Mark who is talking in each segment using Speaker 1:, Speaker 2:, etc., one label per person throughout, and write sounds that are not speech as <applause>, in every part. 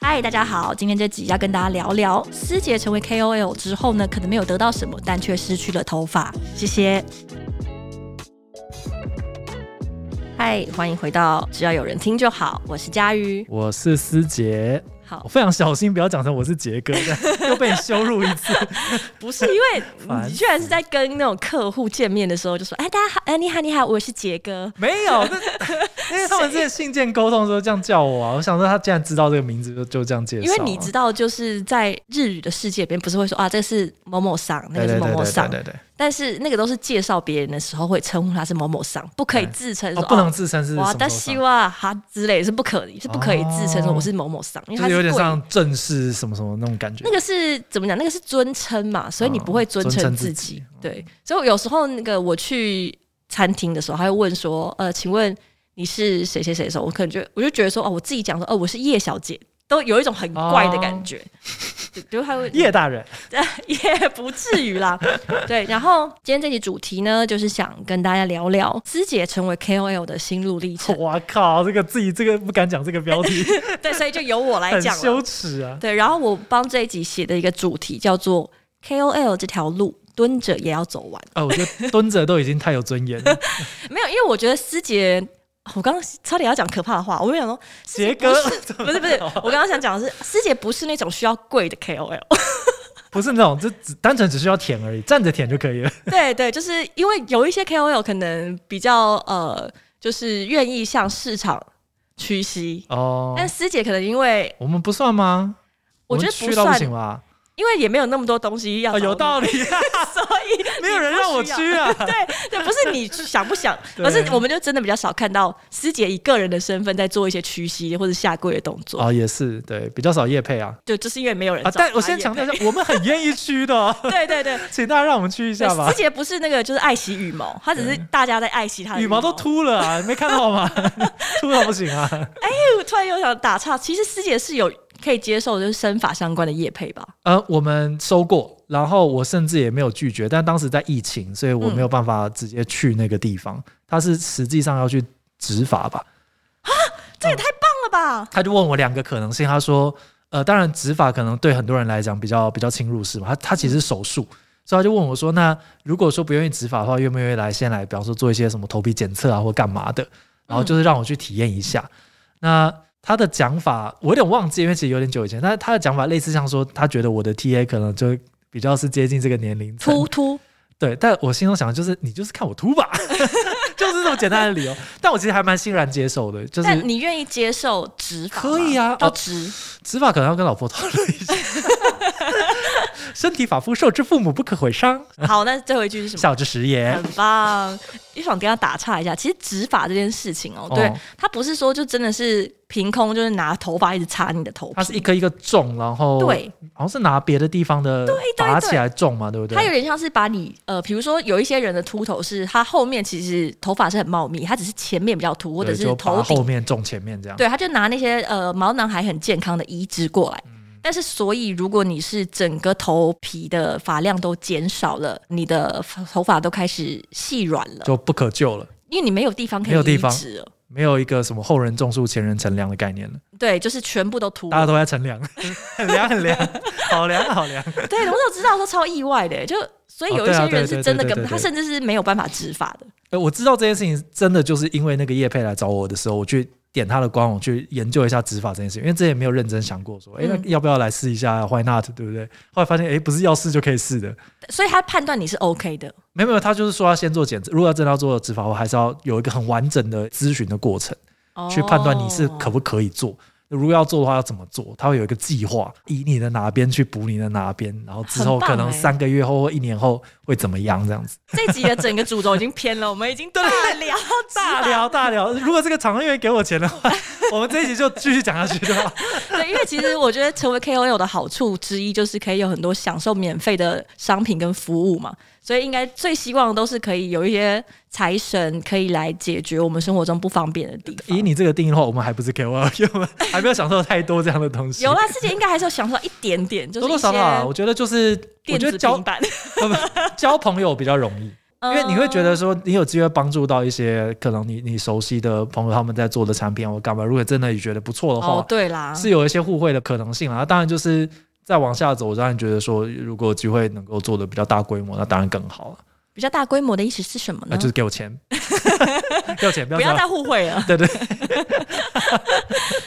Speaker 1: 嗨，大家好，今天这集要跟大家聊聊师姐成为 KOL 之后呢，可能没有得到什么，但却失去了头发。谢谢。嗨，欢迎回到只要有人听就好，我是佳瑜。
Speaker 2: 我是思杰，
Speaker 1: 好
Speaker 2: 我，非常小心不要讲成我是杰哥， <laughs> 这样又被你羞辱一
Speaker 1: <laughs>
Speaker 2: 次。
Speaker 1: 不是因为
Speaker 2: <laughs> 烦
Speaker 1: 你居然是在跟那种客户见面的时候就说，哎，大家好，哎，你好，你好，我是杰哥。
Speaker 2: 没有，那 <laughs> 因为他们之前信件沟通的时候这样叫我啊，我想说他既然知道这个名字就就这样介绍啊，
Speaker 1: 因为你知道，就是在日语的世界里边，不是会说啊，这是某某桑，那
Speaker 2: 对
Speaker 1: 个是
Speaker 2: 对
Speaker 1: 某
Speaker 2: 对
Speaker 1: 某
Speaker 2: 对对
Speaker 1: 桑，
Speaker 2: 对对，
Speaker 1: 但是那个都是介绍别人的时候会称呼他是某某桑，不可以
Speaker 2: 嗯
Speaker 1: 自称说、
Speaker 2: 哦，不能自称是什
Speaker 1: 哇，
Speaker 2: 么
Speaker 1: 但希望哈之类是不可以，是不可以自称说我是某某桑，因为他
Speaker 2: 哦就是有点
Speaker 1: 贵
Speaker 2: 像正式什么什么那种感觉。
Speaker 1: 那个是怎么讲？那个是尊称嘛，所以你不会尊
Speaker 2: 哦
Speaker 1: 称
Speaker 2: 尊称
Speaker 1: 自
Speaker 2: 自己
Speaker 1: 己。对，所以有时候那个我去餐厅的时候，他会问说：“呃，请问你是谁谁谁？”的时候，我可能就我就觉得说：“哦，我自己讲说，哦，我是叶小姐。”都有一种很怪的感觉，
Speaker 2: 哦
Speaker 1: 对，就他会
Speaker 2: <laughs> 叶大人，
Speaker 1: 也不至于啦。对，然后今天这集主题呢，就是想跟大家聊聊师姐成为 KOL 的心路历程。
Speaker 2: 我靠，这个自己这个不敢讲这个标题，
Speaker 1: <laughs> 对，所以就由我来
Speaker 2: 很
Speaker 1: 讲了。
Speaker 2: 羞耻啊。
Speaker 1: 对，然后我帮这一集写的一个主题叫做 KOL 这条路蹲着也要走完。
Speaker 2: 哦，我觉得蹲着都已经太有尊
Speaker 1: <laughs>
Speaker 2: 严了。
Speaker 1: 没有，因为我觉得师姐，我刚刚差点要讲可怕的话，我就想说，师
Speaker 2: 杰
Speaker 1: 姐
Speaker 2: 哥
Speaker 1: 不
Speaker 2: 啊
Speaker 1: 是不是不是，我刚刚想讲的是师姐不是那种需要跪的 KOL。
Speaker 2: <laughs> 不是那种，就只单纯只需要舔而已，站着舔就可以了。
Speaker 1: <laughs> 对对，就是因为有一些 KOL 可能比较呃，就是愿意向市场屈膝，
Speaker 2: 哦，
Speaker 1: 但师姐可能因为
Speaker 2: 我们不算吗？
Speaker 1: 我觉得
Speaker 2: 们
Speaker 1: 不
Speaker 2: 去到不
Speaker 1: 算
Speaker 2: 行吧？
Speaker 1: 因为也没有那么多东西要
Speaker 2: 啊，
Speaker 1: 找
Speaker 2: 有
Speaker 1: 你
Speaker 2: 道理，
Speaker 1: <laughs> 所以
Speaker 2: <laughs> 没有人让我去
Speaker 1: <laughs>
Speaker 2: 啊。
Speaker 1: 对，不是你想不想，
Speaker 2: 对
Speaker 1: 而是我们就真的比较少看到师姐以个人的身份在做一些屈膝或者下跪的动作。
Speaker 2: <laughs> 哦，也是，对，比较少夜配啊。
Speaker 1: 对，就是因为没有人
Speaker 2: 啊，
Speaker 1: 找
Speaker 2: 但我
Speaker 1: 她
Speaker 2: 先
Speaker 1: 也
Speaker 2: 强调一
Speaker 1: 配，
Speaker 2: 下，我们很愿意去的 <laughs> 哦，
Speaker 1: 对对对。
Speaker 2: 请大家让我们去一
Speaker 1: 对
Speaker 2: 下吧
Speaker 1: 师。姐不是那个，就是爱惜羽毛，她只是大家在爱惜她的
Speaker 2: 羽毛都秃了啊，你没看到吗？ <laughs> 秃到不行啊！
Speaker 1: 哎我突然又想打岔，其实师姐是有可以接受就是身法相关的业配吧？
Speaker 2: 呃，我们收过，然后我甚至也没有拒绝，但当时在疫情，所以我
Speaker 1: 嗯
Speaker 2: 没有办法直接去那个地方。他是实际上要去执法吧？
Speaker 1: 这也太棒了吧！
Speaker 2: 他就问我两个可能性，他说，呃，当然植发可能对很多人来讲比较比较侵入式嘛，他他其实是手术，所以他就问我说，那如果说不愿意植发的话，愿不愿意来先来，比方说做一些什么头皮检测啊或干嘛的，然后就是让我去体验一下。那他的讲法我有点忘记，因为其实有点久以前，但是他的讲法类似像说，他觉得我的 TA 可能就比较是接近这个年龄层
Speaker 1: 秃，秃，
Speaker 2: 对，但我心中想的就是你就是看我秃吧， <laughs> 就是这么简单的理由。但我其实还蛮欣然接受的，就是
Speaker 1: 但你愿意接受直法吗？
Speaker 2: 可以啊
Speaker 1: 要
Speaker 2: 哦
Speaker 1: 直。
Speaker 2: 植发可能要跟老婆讨论
Speaker 1: <laughs>
Speaker 2: 一下。身体发肤受之父母，不可毁伤，
Speaker 1: 好，那最后一句是什么？
Speaker 2: 孝之始也。
Speaker 1: 很棒。一爽跟他打岔一下，其实执法这件事情哦，
Speaker 2: 哦
Speaker 1: 对，他不是说就真的是凭空就是拿头发一直擦你的头
Speaker 2: 它
Speaker 1: 皮，
Speaker 2: 是一颗一颗种，然后
Speaker 1: 对，
Speaker 2: 好像是拿别的地方的
Speaker 1: 对
Speaker 2: 拔起来种嘛，对不对
Speaker 1: 他？有点像是把你呃，比如说有一些人的秃头是他后面其实头发是很茂密，他只是前面比较秃，或者
Speaker 2: 对
Speaker 1: 是
Speaker 2: 就
Speaker 1: 头
Speaker 2: 拔后
Speaker 1: 顶，
Speaker 2: 面种前面这样。
Speaker 1: 对，他就拿那些呃毛囊还很健康的移植过来。但是，所以如果你是整个头皮的发量都减少了，你的头发都开始细软了，
Speaker 2: 就不可救了，
Speaker 1: 因为你没有地方可
Speaker 2: 没有
Speaker 1: 以
Speaker 2: 地
Speaker 1: 移
Speaker 2: 方
Speaker 1: 植了。
Speaker 2: 没有一个什么后人种树前人乘凉的概念了，
Speaker 1: 对，就是全部都秃了
Speaker 2: 大。家都在乘凉， <laughs> 很凉很凉， <laughs> 好凉好凉。
Speaker 1: 对，我都知道，都超意外的，欸就所以有一些
Speaker 2: 哦对啊
Speaker 1: 人是
Speaker 2: 对对
Speaker 1: 真的
Speaker 2: 对
Speaker 1: 跟
Speaker 2: 对对
Speaker 1: 他甚至是没有办法执法的。
Speaker 2: 呃，我知道这件事情真的就是因为那个叶佩来找我的时候，我去点他的官网去研究一下植发这件事情，因为之前没有认真想过说，哎、那
Speaker 1: 嗯
Speaker 2: 要不要来试一下？Why not？对不对？后来发现，哎、不是要试就可以试的。
Speaker 1: 所以他判断你是 OK 的，
Speaker 2: 没有没有，他就是说要先做检测，如果要真的要做植发，我还是要有一个很完整的咨询的过程，去判断你是可
Speaker 1: 哦
Speaker 2: 不可以做。如果要做的话，要怎么做？他会有一个计划，以你的哪边去补你的哪边，然后之后
Speaker 1: 很棒
Speaker 2: 可能
Speaker 1: 哎
Speaker 2: 三个月后或一年后会怎么样这样子。
Speaker 1: 这集的整个主轴已经偏了，我们已经大聊
Speaker 2: 大聊大聊，如果这个厂愿意给我钱
Speaker 1: <laughs>
Speaker 2: 的话，我们这一集就继续讲下去对吧？
Speaker 1: 对，因为其实我觉得成为 KOL 的好处之一就是可以有很多享受免费的商品跟服务嘛，所以应该最希望的都是可以有一些财神可以来解决我们生活中不方便的地方
Speaker 2: 以。你这个定义的话，我们还不是 <laughs> KOL，我们还没有享受太多这样的东西。
Speaker 1: 有啦，师姐应该还是有享受到一点点，就是
Speaker 2: 多啊
Speaker 1: 一
Speaker 2: 多
Speaker 1: 些
Speaker 2: 少少啊，我觉得就是我 <laughs>
Speaker 1: 电
Speaker 2: 觉
Speaker 1: 子
Speaker 2: 得交
Speaker 1: 平板。
Speaker 2: 不不交朋友比较容易，
Speaker 1: 嗯
Speaker 2: 因为你会觉得说，你有机会帮助到一些可能你你熟悉的朋友他们在做的产品啊或干嘛，如果真的你觉得不错的话，
Speaker 1: 哦，对啦，
Speaker 2: 是有一些互惠的可能性啊。当然就是再往下走，我当然觉得说，如果有机会能够做的比较大规模，那当然更好了。
Speaker 1: 比较大规模的意思是什么
Speaker 2: 那、
Speaker 1: 呢？
Speaker 2: 啊就是给我钱， <laughs> 给我钱，不要
Speaker 1: 嗯不要
Speaker 2: 说
Speaker 1: 再互惠
Speaker 2: <laughs>
Speaker 1: 了。
Speaker 2: 对对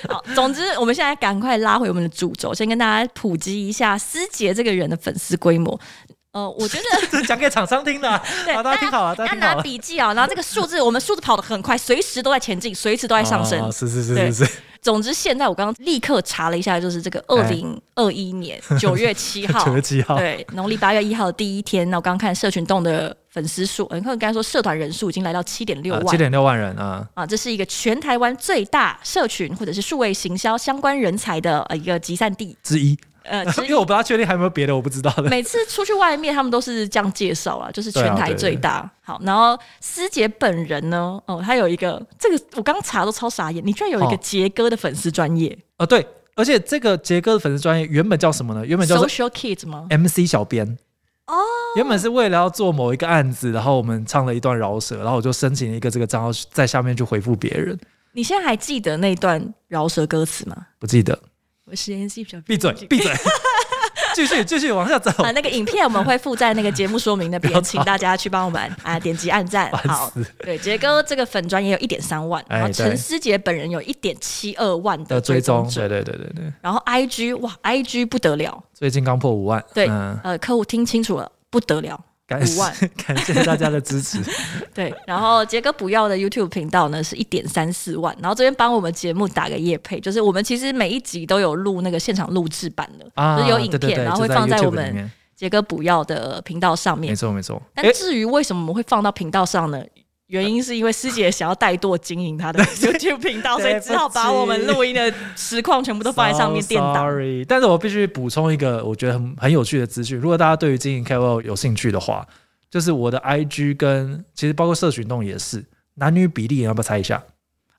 Speaker 1: 好，总之我们现在赶快拉回我们的主轴，先跟大家普及一下思杰这个人的粉丝规模。呃，我觉
Speaker 2: <laughs>
Speaker 1: 得
Speaker 2: 这是讲给厂商听的啊、
Speaker 1: <laughs> 对，
Speaker 2: 好，大家听好了，大
Speaker 1: 大
Speaker 2: 家
Speaker 1: 家
Speaker 2: 听好
Speaker 1: 拿
Speaker 2: 了。
Speaker 1: 笔记啊，然后这个数
Speaker 2: <laughs>
Speaker 1: 字，我们数字跑得很快，随时都在前进，随时都在上升。
Speaker 2: 啊是是是
Speaker 1: 对
Speaker 2: 是是，
Speaker 1: 总之，现在我刚刚立刻查了一下，就是这个二零二一
Speaker 2: <laughs>
Speaker 1: 年九月七号，
Speaker 2: 哎九月七号，啊
Speaker 1: 对，农历八月一号的第一天，那我刚刚看社群洞的粉丝数，呃，刚才说社团人数已经来到七点六
Speaker 2: 七
Speaker 1: 万。
Speaker 2: 点六万人啊，
Speaker 1: 啊，这是一个全台湾最大社群或者是数位行销相关人才的呃一个集散地，
Speaker 2: 之一。
Speaker 1: 呃，其
Speaker 2: <laughs> 因
Speaker 1: 实
Speaker 2: 为我不大确定还有没有别的我不知道的。 <laughs>
Speaker 1: 每次出去外面，他们都是这样介绍啦，就是
Speaker 2: 对
Speaker 1: 全
Speaker 2: 啊
Speaker 1: 台
Speaker 2: 对
Speaker 1: 最大。好，然后师姐本人呢，哦，她有一个这个我刚查都超傻眼，你居然有一个
Speaker 2: 哦
Speaker 1: 杰哥的粉丝专业、
Speaker 2: 啊，对，而且这个杰哥的粉丝专业原本叫什么呢？原本叫做
Speaker 1: Social Kids 吗？
Speaker 2: MC 小编。
Speaker 1: 哦，
Speaker 2: 原本是为了要做某一个案子，然后我们唱了一段饶舌，然后我就申请了一个这个账号，在下面去回复别人。
Speaker 1: 你现在还记得那段饶舌歌词吗？
Speaker 2: 不记得，
Speaker 1: 我是 NC 比较
Speaker 2: 闭嘴，闭嘴，继续继续往下走。
Speaker 1: 啊，那个影片我们会附在那个节目说明
Speaker 2: <laughs>
Speaker 1: 那
Speaker 2: 不要
Speaker 1: 边，
Speaker 2: 吵
Speaker 1: 请大家去帮我们啊点击按赞。
Speaker 2: <laughs> 烦
Speaker 1: 好
Speaker 2: 死，
Speaker 1: <laughs> 对，杰哥这个粉专也有一点三万，
Speaker 2: 哎
Speaker 1: 然后陈
Speaker 2: 对
Speaker 1: 思杰本人有一点七二万的
Speaker 2: 的追
Speaker 1: 追踪
Speaker 2: 踪，
Speaker 1: 者，
Speaker 2: 对对对对对，
Speaker 1: 然后 IG 哇，IG 不得了，
Speaker 2: 最近刚破五万，
Speaker 1: 对
Speaker 2: 嗯，
Speaker 1: 呃，客户听清楚了，不得了。
Speaker 2: 感
Speaker 1: 五万
Speaker 2: 谢 <laughs> 感谢大家的
Speaker 1: <laughs>
Speaker 2: 支持，
Speaker 1: 对，然后杰哥不要的 YouTube 频道呢是一点三四万，然后这边帮我们节目打个夜配，就是我们其实每一集都有录那个现场录制版的，
Speaker 2: 啊，
Speaker 1: 就是有影片，
Speaker 2: 对对对
Speaker 1: 然后会
Speaker 2: 就
Speaker 1: 放在我
Speaker 2: YouTube 里
Speaker 1: 们
Speaker 2: 面，
Speaker 1: 杰哥不要的频道上面
Speaker 2: 没。错没错。
Speaker 1: 但至于为什么我们会放到频道上呢？原因是因为师姐想要怠惰经营她的 <laughs> YouTube 频道，所以只好把我们录音的实况全部都放在上面
Speaker 2: So
Speaker 1: 垫档。
Speaker 2: Sorry，但是我必须补充一个我觉得很很有趣的资讯。如果大家对于经营 KOL 有兴趣的话，就是我的 IG 跟其实包括社群动也是男女比例，你要不要猜一下？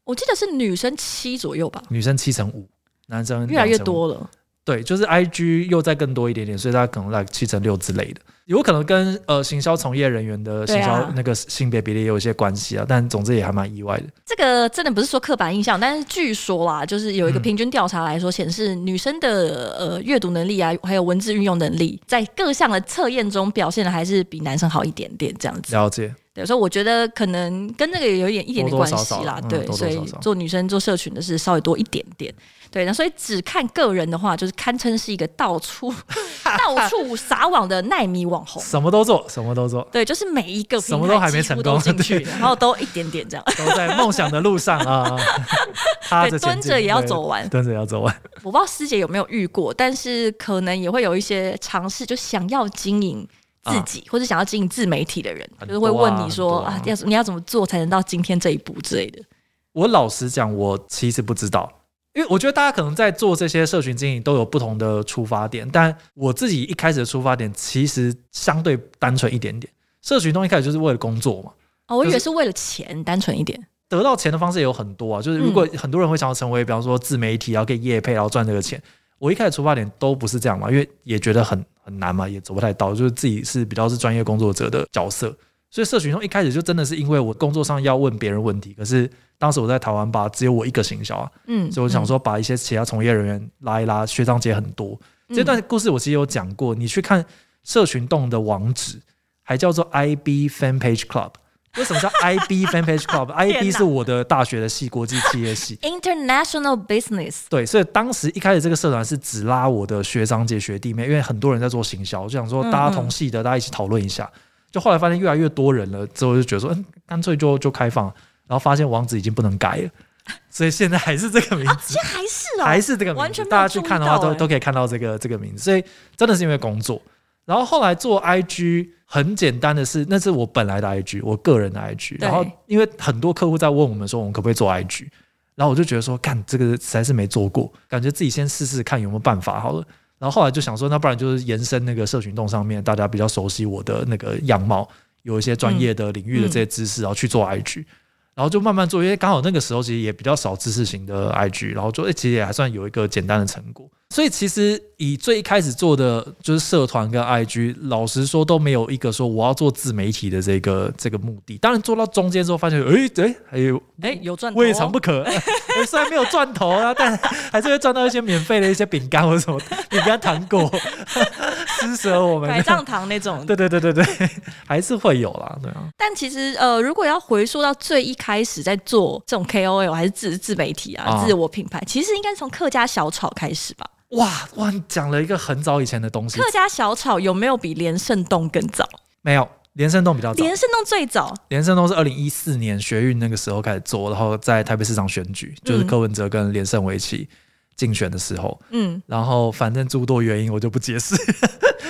Speaker 1: 我记得是女生七左右吧，
Speaker 2: 女生七成五，男生
Speaker 1: 越来越
Speaker 2: 2.5。
Speaker 1: 多了。
Speaker 2: 对，就是 IG 又再更多一点点，所以大家可能在七成六之类的，有可能跟呃行销从业人员的
Speaker 1: 对
Speaker 2: 行
Speaker 1: 啊
Speaker 2: 销、那个性别比例有一些关系啊。但总之也还蛮意外的。
Speaker 1: 这个真的不是说刻板印象，但是据说啦，就是有一个
Speaker 2: 嗯
Speaker 1: 平均调查来说，显示女生的呃阅读能力啊，还有文字运用能力，在各项的测验中表现的还是比男生好一点点，这样子。
Speaker 2: 了解，
Speaker 1: 对，所以我觉得可能跟这个有一点一点点
Speaker 2: 多多
Speaker 1: 关
Speaker 2: 少
Speaker 1: 系
Speaker 2: 少
Speaker 1: 啦，
Speaker 2: 嗯
Speaker 1: 对，
Speaker 2: 多多
Speaker 1: 所以
Speaker 2: 少少
Speaker 1: 做女生做社群的是稍微多一点点，对，那所以只看个人的话，就是堪称是一个到
Speaker 2: <laughs>
Speaker 1: 处到处撒网的奈米网红，
Speaker 2: 什么都做，什么都做，
Speaker 1: 对，就是每一个
Speaker 2: 什
Speaker 1: 平
Speaker 2: 么都
Speaker 1: 台
Speaker 2: 还没
Speaker 1: 几乎
Speaker 2: 成
Speaker 1: 都
Speaker 2: 功
Speaker 1: 进去，
Speaker 2: 对
Speaker 1: 然后都一点点
Speaker 2: <laughs>
Speaker 1: 这样，
Speaker 2: 都在梦想的路上
Speaker 1: <laughs>
Speaker 2: 啊，趴
Speaker 1: 对，
Speaker 2: 着
Speaker 1: 蹲
Speaker 2: 前进
Speaker 1: 着也要
Speaker 2: 对
Speaker 1: 走完。
Speaker 2: 蹲着也要走完。
Speaker 1: 我不知道师姐有没有遇过，但是可能也会有一些尝试，就想要经营。自己、或者想要经营自媒体的人，
Speaker 2: 啊很
Speaker 1: 就是会
Speaker 2: 多啊
Speaker 1: 问你说
Speaker 2: 很多啊
Speaker 1: 啊，要你要怎么做才能到今天这一步之类的。
Speaker 2: 我老实讲，我其实不知道，因为我觉得大家可能在做这些社群经营都有不同的出发点，但我自己一开始的出发点其实相对单纯一点点。社群东西一开始就是为了工作嘛，
Speaker 1: 哦，我以为
Speaker 2: 就是
Speaker 1: 是为了钱，单纯一点。
Speaker 2: 得到钱的方式也有很多啊。就是如果很多人会想要成为，比方说自媒体，然后可以业配，然后赚这个钱。我一开始出发点都不是这样嘛，因为也觉得很很难嘛，也走不太到，就是自己是比较是专业工作者的角色，所以社群中一开始就真的是因为我工作上要问别人问题，可是当时我在台湾吧，只有我一个行销啊，
Speaker 1: 嗯，
Speaker 2: 所以我想说，把一些其他从业人员拉一拉，学长姐很多。
Speaker 1: 嗯，
Speaker 2: 这段故事我其实有讲过，你去看社群洞的网址，还叫做 IB Fan Page Club。
Speaker 1: <laughs>
Speaker 2: 为什么叫 IB Fan Page Club？IB 是我的大学的系，国际企业系。
Speaker 1: 嗯 international business
Speaker 2: 对，所以当时一开始这个社团是只拉我的学长姐、学弟妹，因为很多人在做行销，就想说
Speaker 1: 嗯
Speaker 2: 大家同系的，大家一起讨论一下。就后来发现越来越多人了，之后就觉得说，嗯，干脆就就开放，然后发现网址已经不能改了，所以现在还是这个名字。
Speaker 1: 这还是哦，
Speaker 2: 还是这个名字，
Speaker 1: 完全没有
Speaker 2: 大家去看的话
Speaker 1: 注意到
Speaker 2: 都
Speaker 1: 欸
Speaker 2: 都可以看到这个这个名字，所以真的是因为工作。然后后来做 IG 很简单的是，那是我本来的 IG，我个人的 IG。
Speaker 1: 对
Speaker 2: 然后因为很多客户在问我们说，我们可不可以做 IG？然后我就觉得说，干这个实在是没做过，感觉自己先试试看有没有办法好了。然后后来就想说，那不然就是延伸那个社群洞上面大家比较熟悉我的那个样貌，有一些专业的领域的这些知识，然后去做 IG。然后就慢慢做，因为刚好那个时候其实也比较少知识型的 IG，然后就、诶其实也还算有一个简单的成果。所以其实以最一开始做的就是社团跟 IG，老实说都没有一个说我要做自媒体的这个这个目的。当然做到中间之后，发现诶诶，还有
Speaker 1: 哎、有赚头哦，
Speaker 2: 未尝不可。 <laughs> 诶虽然没有赚头啊，但还是会赚到一些免费的一些饼干或者什么饼干糖果， <laughs> 施舍我们
Speaker 1: 拐。杖糖那种。
Speaker 2: 对对对对对，还是会有啦，对啊，
Speaker 1: 但其实呃，如果要回溯到最一开始在做这种 KOL 还是自自媒体啊、
Speaker 2: 啊嗯
Speaker 1: 自我品牌，其实应该是从客家小炒开始吧。
Speaker 2: 哇哇，你讲了一个很早以前的东西
Speaker 1: 客，家小炒有没有比连胜洞更早？
Speaker 2: 没有连胜洞比较早，
Speaker 1: 连胜洞最早，
Speaker 2: 连胜东是二零一四年学运那个时候开始做，然后在台北市长选举，就是柯文哲跟连胜维一起竞选的时候，
Speaker 1: 嗯，
Speaker 2: 然后反正诸多原因我就不解释，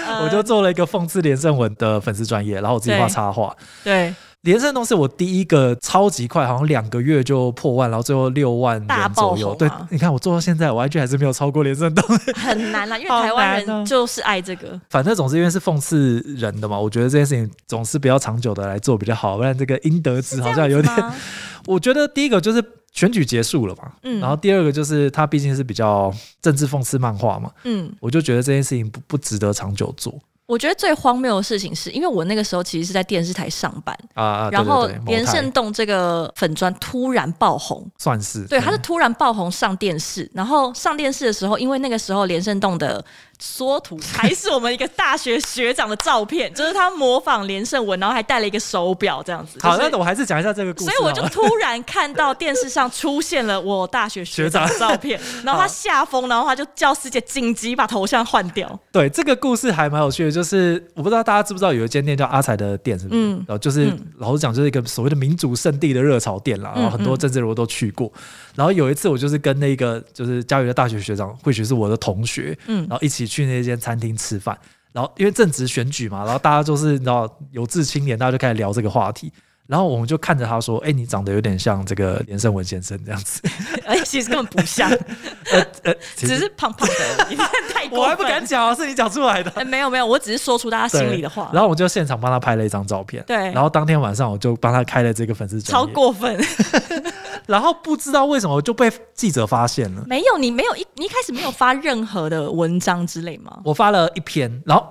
Speaker 1: 呃
Speaker 2: <laughs> 我就做了一个讽刺连胜文的粉丝专业，然后我自己画
Speaker 1: 对
Speaker 2: 插画。
Speaker 1: 对
Speaker 2: 连胜东是我第一个超级快，好像两个月就破万，然后最后六万
Speaker 1: 大
Speaker 2: 人
Speaker 1: 爆
Speaker 2: 左右。
Speaker 1: 红
Speaker 2: 对
Speaker 1: 啊，
Speaker 2: 你看我做到现在，我 IG 还是没有超过连胜东。
Speaker 1: 很难啊啦，因为
Speaker 2: <laughs> 好
Speaker 1: 台湾
Speaker 2: 难哦
Speaker 1: 人就是爱这个。
Speaker 2: 反正总是因为是讽刺人的嘛，我觉得这件事情总是不要长久的来做比较好，不然这个应得值好像有
Speaker 1: 这
Speaker 2: 点
Speaker 1: 样子吗
Speaker 2: 我觉得第一个就是选举结束了嘛，
Speaker 1: 嗯
Speaker 2: 然后第二个就是它毕竟是比较政治讽刺漫画嘛，
Speaker 1: 嗯，
Speaker 2: 我就觉得这件事情不不值得长久做
Speaker 1: 我觉得最荒谬的事情是因为我那个时候其实是在电视台上班，
Speaker 2: 啊啊。
Speaker 1: 然后
Speaker 2: 对对对嗯
Speaker 1: 连
Speaker 2: 某台
Speaker 1: 胜洞这个粉砖突然爆红，
Speaker 2: 算是
Speaker 1: 对，他是突然爆红上电视，然后上电视的时候，因为那个时候连胜洞的缩
Speaker 2: <laughs>
Speaker 1: 图还是我们一个大学学长的照片，就是他模仿连胜文，然后还戴了一个手表这样子。
Speaker 2: 好，
Speaker 1: 就是
Speaker 2: 那我还是讲一下这个故事
Speaker 1: 所
Speaker 2: 好
Speaker 1: 以我就
Speaker 2: 了。
Speaker 1: 突然看到电视上出现了我大学学长的照片，然后他吓疯，然后他就叫师姐紧急把头像换掉。
Speaker 2: 对这个故事还蛮有趣的，就是我不知道大家知不知道有一间店叫阿彩的店，是不是？
Speaker 1: 嗯
Speaker 2: 然后就是、老实讲，就是一个所谓的民主圣地的热潮店啦，然后很
Speaker 1: 嗯
Speaker 2: 多政治人物都去过。然后有一次我就是跟那个就是嘉瑜的大学学长，或许是我的同学，
Speaker 1: 嗯
Speaker 2: 然后一起去那间餐厅吃饭。然后因为正值选举嘛，然后大家就是你知道有志青年，大家就开始聊这个话题。然后我们就看着他说：“哎，你长得有点像这个连胜文先生这样子。
Speaker 1: 而哎且其实根本不像，
Speaker 2: 呃”其实
Speaker 1: 只是胖胖的而已， <laughs> 太过分
Speaker 2: 我还不敢讲啊，是你讲出来的。
Speaker 1: 哎没有没有，我只是说出大家
Speaker 2: 对
Speaker 1: 心里的话，
Speaker 2: 然后我就现场帮他拍了一张照片，
Speaker 1: 对
Speaker 2: 然后当天晚上我就帮他开了这个粉丝专
Speaker 1: 超
Speaker 2: 页，
Speaker 1: 过 <laughs> 分。
Speaker 2: 然后不知道为什么就被记者发现了，
Speaker 1: 没有，你没有一，你一开始没有发任何的文章之类吗？
Speaker 2: 我发了一篇，然后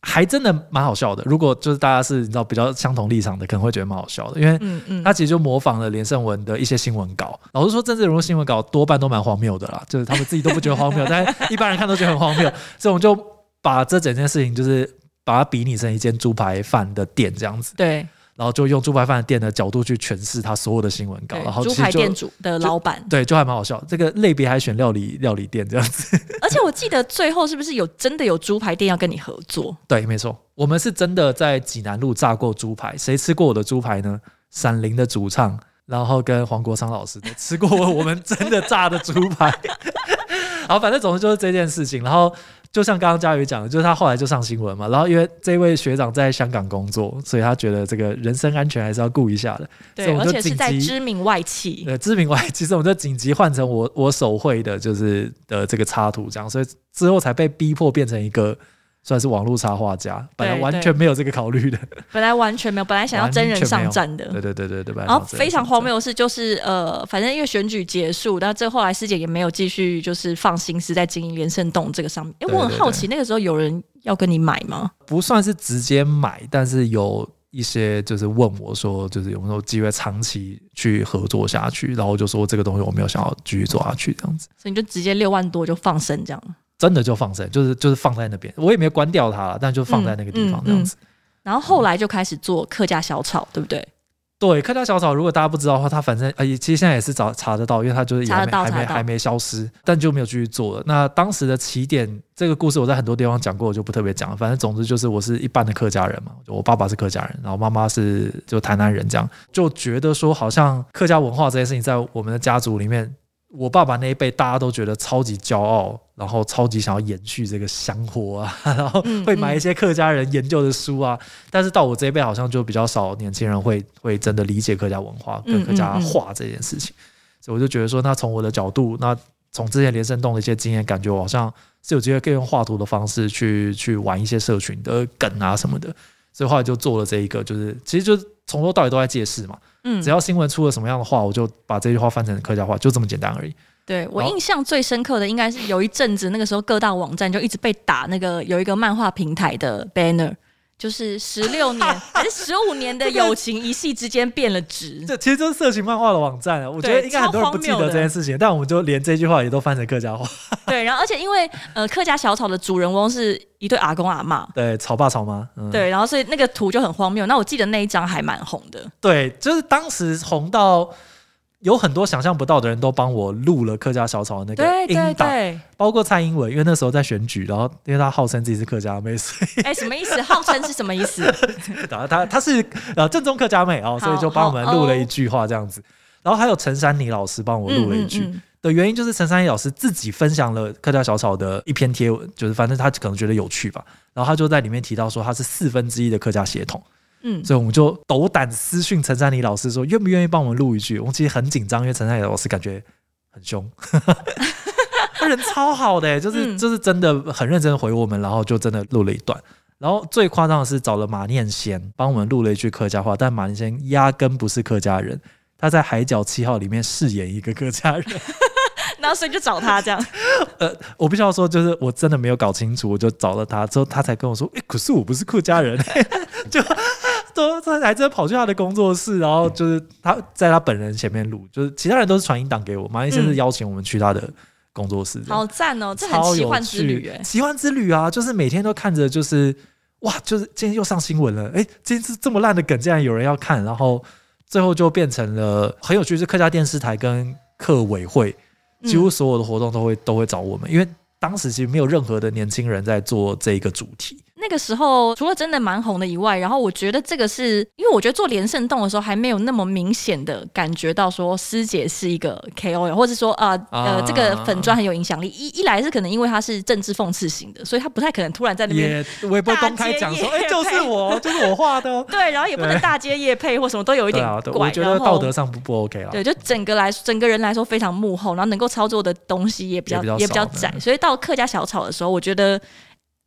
Speaker 2: 还真的蛮好笑的。如果就是大家是你知道比较相同立场的，可能会觉得蛮好笑的，因为
Speaker 1: 嗯嗯，
Speaker 2: 他其实就模仿了连胜文的一些新闻稿。老实说，政治人物新闻稿多半都蛮荒谬的啦，就是他们自己都不觉得荒谬，但一般人看都觉得很荒谬，所以我们就把这整件事情就是把它比拟成一间猪排饭的店这样子。
Speaker 1: 对，
Speaker 2: 然后就用猪排饭店的角度去诠释他所有的新闻稿，
Speaker 1: 对
Speaker 2: 然后
Speaker 1: 猪
Speaker 2: 其
Speaker 1: 排
Speaker 2: 实
Speaker 1: 店
Speaker 2: 就
Speaker 1: 主的老板，
Speaker 2: 对，就还蛮好笑。这个类别还选料理料理店这样子，
Speaker 1: <laughs> 而且我记得最后是不是有真的有猪排店要跟你合作？
Speaker 2: 对，没错，我们是真的在济南路炸过猪排，谁吃过我的猪排呢？闪灵的主唱，然后跟黄国昌老师都吃过我们真的炸的猪排。 <laughs> 好，反正总之就是这件事情。然后就像刚刚佳宇讲的，就是他后来就上新闻嘛。然后因为这位学长在香港工作，所以他觉得这个人身安全还是要顾一下的。所以
Speaker 1: 对，
Speaker 2: 我
Speaker 1: 而
Speaker 2: 们就
Speaker 1: 且是
Speaker 2: 紧
Speaker 1: 在
Speaker 2: 急
Speaker 1: 知名外企。
Speaker 2: 呃，知名外，其实我们就紧急换成我我手绘的，就是的这个插图这样，所以之后才被逼迫变成一个算是网络插画家，本来
Speaker 1: 对
Speaker 2: 完
Speaker 1: 对
Speaker 2: 全没有这个考虑的。 <laughs>
Speaker 1: 本来完全没有，本来想要真人上战的。
Speaker 2: 对对对对对，本来
Speaker 1: 然后
Speaker 2: 想这样
Speaker 1: 哦非常
Speaker 2: 子
Speaker 1: 荒。谬的是，就是呃，反正因为选举结束，但这后来师姐也没有继续就是放心思在经营连胜洞这个上面。哎，
Speaker 2: 对
Speaker 1: 我很
Speaker 2: 对
Speaker 1: 好
Speaker 2: 对
Speaker 1: 奇，那个时候有人要跟你买吗？
Speaker 2: 不算是直接买，但是有一些就是问我说，就是有没有机会长期去合作下去，然后我就说这个东西我没有想要继续做下去这样子。
Speaker 1: 所以你就直接六万多就放生这样。
Speaker 2: 真的就放在，就是就是放在那边，我也没有关掉它了，但就放在那个地方
Speaker 1: 嗯
Speaker 2: 这样
Speaker 1: 嗯
Speaker 2: 子。
Speaker 1: 然后后来就开始做客家小炒，对不对？
Speaker 2: 对，客家小炒，如果大家不知道的话，它反正呃，也其实现在也是找查得到，因为它就是也
Speaker 1: 查
Speaker 2: 还
Speaker 1: 得
Speaker 2: 没
Speaker 1: 到
Speaker 2: 还
Speaker 1: 查
Speaker 2: 没
Speaker 1: 得到
Speaker 2: 还没消失，但就没有继续做了。那当时的起点，这个故事我在很多地方讲过，我就不特别讲了。反正总之就是，我是一般的客家人嘛，就我爸爸是客家人，然后妈妈是就台南人，这样就觉得说，好像客家文化这件事情在我们的家族里面。我爸爸那一辈，大家都觉得超级骄傲，然后超级想要延续这个香火啊， <laughs> 然后
Speaker 1: 嗯
Speaker 2: 会买
Speaker 1: 嗯
Speaker 2: 一些客家人研究的书啊，但是到我这一辈，好像就比较少年轻人会会真的理解客家文化跟
Speaker 1: 嗯
Speaker 2: 客家
Speaker 1: 嗯嗯
Speaker 2: 话这件事情，所以我就觉得说，那从我的角度，那从之前连胜洞的一些经验，感觉我好像是有机会可以用画图的方式去去玩一些社群的梗啊什么的，所以后来就做了这一个，就是其实就是从头到尾都在借势嘛，
Speaker 1: 嗯
Speaker 2: 只要新闻出了什么样的话，我就把这句话翻成客家话，就这么简单而已。
Speaker 1: 对我
Speaker 2: 好
Speaker 1: 印象最深刻的应该是有一阵子，那个时候各大网站就一直被打那个有一个漫画平台的 banner，就是十六 <laughs> 年还是十五 <laughs> 年的友情一夕之间变了 <laughs> 质。
Speaker 2: 这其实这是色情漫画的网站啊，我觉得
Speaker 1: 对
Speaker 2: 应该很多人不记
Speaker 1: 超荒
Speaker 2: 得
Speaker 1: 谬
Speaker 2: 这
Speaker 1: 的
Speaker 2: 件事情，但我们就连这句话也都翻成客家话，
Speaker 1: 对，然后而且因为呃客家小草的主人翁是一对阿公阿嬷，
Speaker 2: <laughs> 对，吵爸吵妈，嗯，
Speaker 1: 对，然后所以那个图就很荒谬。那我记得那一张还蛮红的，
Speaker 2: 对，就是当时红到有很多想象不到的人都帮我录了客家小草的那个
Speaker 1: 对
Speaker 2: 音
Speaker 1: 对
Speaker 2: 档，
Speaker 1: 对，
Speaker 2: 包括蔡英文，因为那时候在选举，然后因为他号称自己是客家妹，所以
Speaker 1: 哎，什么意思？号称是什么意思？
Speaker 2: 然后他他是呃正宗客家妹哦，所以就帮我们录了一句话这样子。然后还有陈珊妮老师帮 <laughs> 我录了一
Speaker 1: 嗯
Speaker 2: 句、
Speaker 1: 嗯嗯
Speaker 2: 的原因，就是陈珊妮老师自己分享了客家小草的一篇贴文，就是反正他可能觉得有趣吧，然后他就在里面提到说他是四分之一的客家血统，
Speaker 1: 嗯，
Speaker 2: 所以我们就斗胆私讯陈珊妮老师说愿不愿意帮我们录一句。我们其实很紧张，因为陈珊妮老师感觉很凶， <laughs> 他人超好的、欸就是、
Speaker 1: 嗯
Speaker 2: 就是真的很认真回我们，然后就真的录了一段。然后最夸张的是找了马念先帮我们录了一句客家话，但马念先压根不是客家人，他在《海角七号》里面饰演一个客家人。
Speaker 1: <laughs> 然后所以就找他这
Speaker 2: <laughs>
Speaker 1: 样，
Speaker 2: 呃，我必须要说，就是我真的没有搞清楚，我就找了他之后，他才跟我说，哎、可是我不是客家人， <laughs> 就都他还真跑去他的工作室，然后就是他在他本人前面录，就是其他人都是传音档给我，马先生是
Speaker 1: 嗯
Speaker 2: 邀请我们去他的工作室，这样
Speaker 1: 好赞哦，这很
Speaker 2: 超
Speaker 1: 奇
Speaker 2: 有
Speaker 1: 幻之旅
Speaker 2: 趣
Speaker 1: 哎，，
Speaker 2: 奇幻之旅啊，就是每天都看着，就是哇，就是今天又上新闻了，哎、今天是这么烂的梗，竟然有人要看，然后最后就变成了很有趣，是客家电视台跟客委会
Speaker 1: 嗯
Speaker 2: 几乎所有的活动都会、都会找我们，因为当时其实没有任何的年轻人在做这一个主题。
Speaker 1: 那个时候除了真的蛮红的以外，然后我觉得这个是因为我觉得做连胜洞的时候还没有那么明显的感觉到说师姐是一个 KOL，或者说啊呃
Speaker 2: 啊
Speaker 1: 这个粉砖很有影响力。一一来是可能因为他是政治讽刺型的，所以他不太可能突然在那边。
Speaker 2: 也我也不会公开讲说，哎、就是我，就是我画的、哦。
Speaker 1: 对，然后也不能
Speaker 2: 对
Speaker 1: 大街夜配或什么都 <laughs> 有一
Speaker 2: 对
Speaker 1: 点
Speaker 2: 啊，对，
Speaker 1: 怪，
Speaker 2: 我觉得
Speaker 1: 然后
Speaker 2: 道德上不不 OK 啦。
Speaker 1: 对，就整个来整个人来说非常幕后，然后能够操作的东西也比较
Speaker 2: 也比较少
Speaker 1: 窄，
Speaker 2: 对
Speaker 1: 所以到客家小炒的时候，我觉得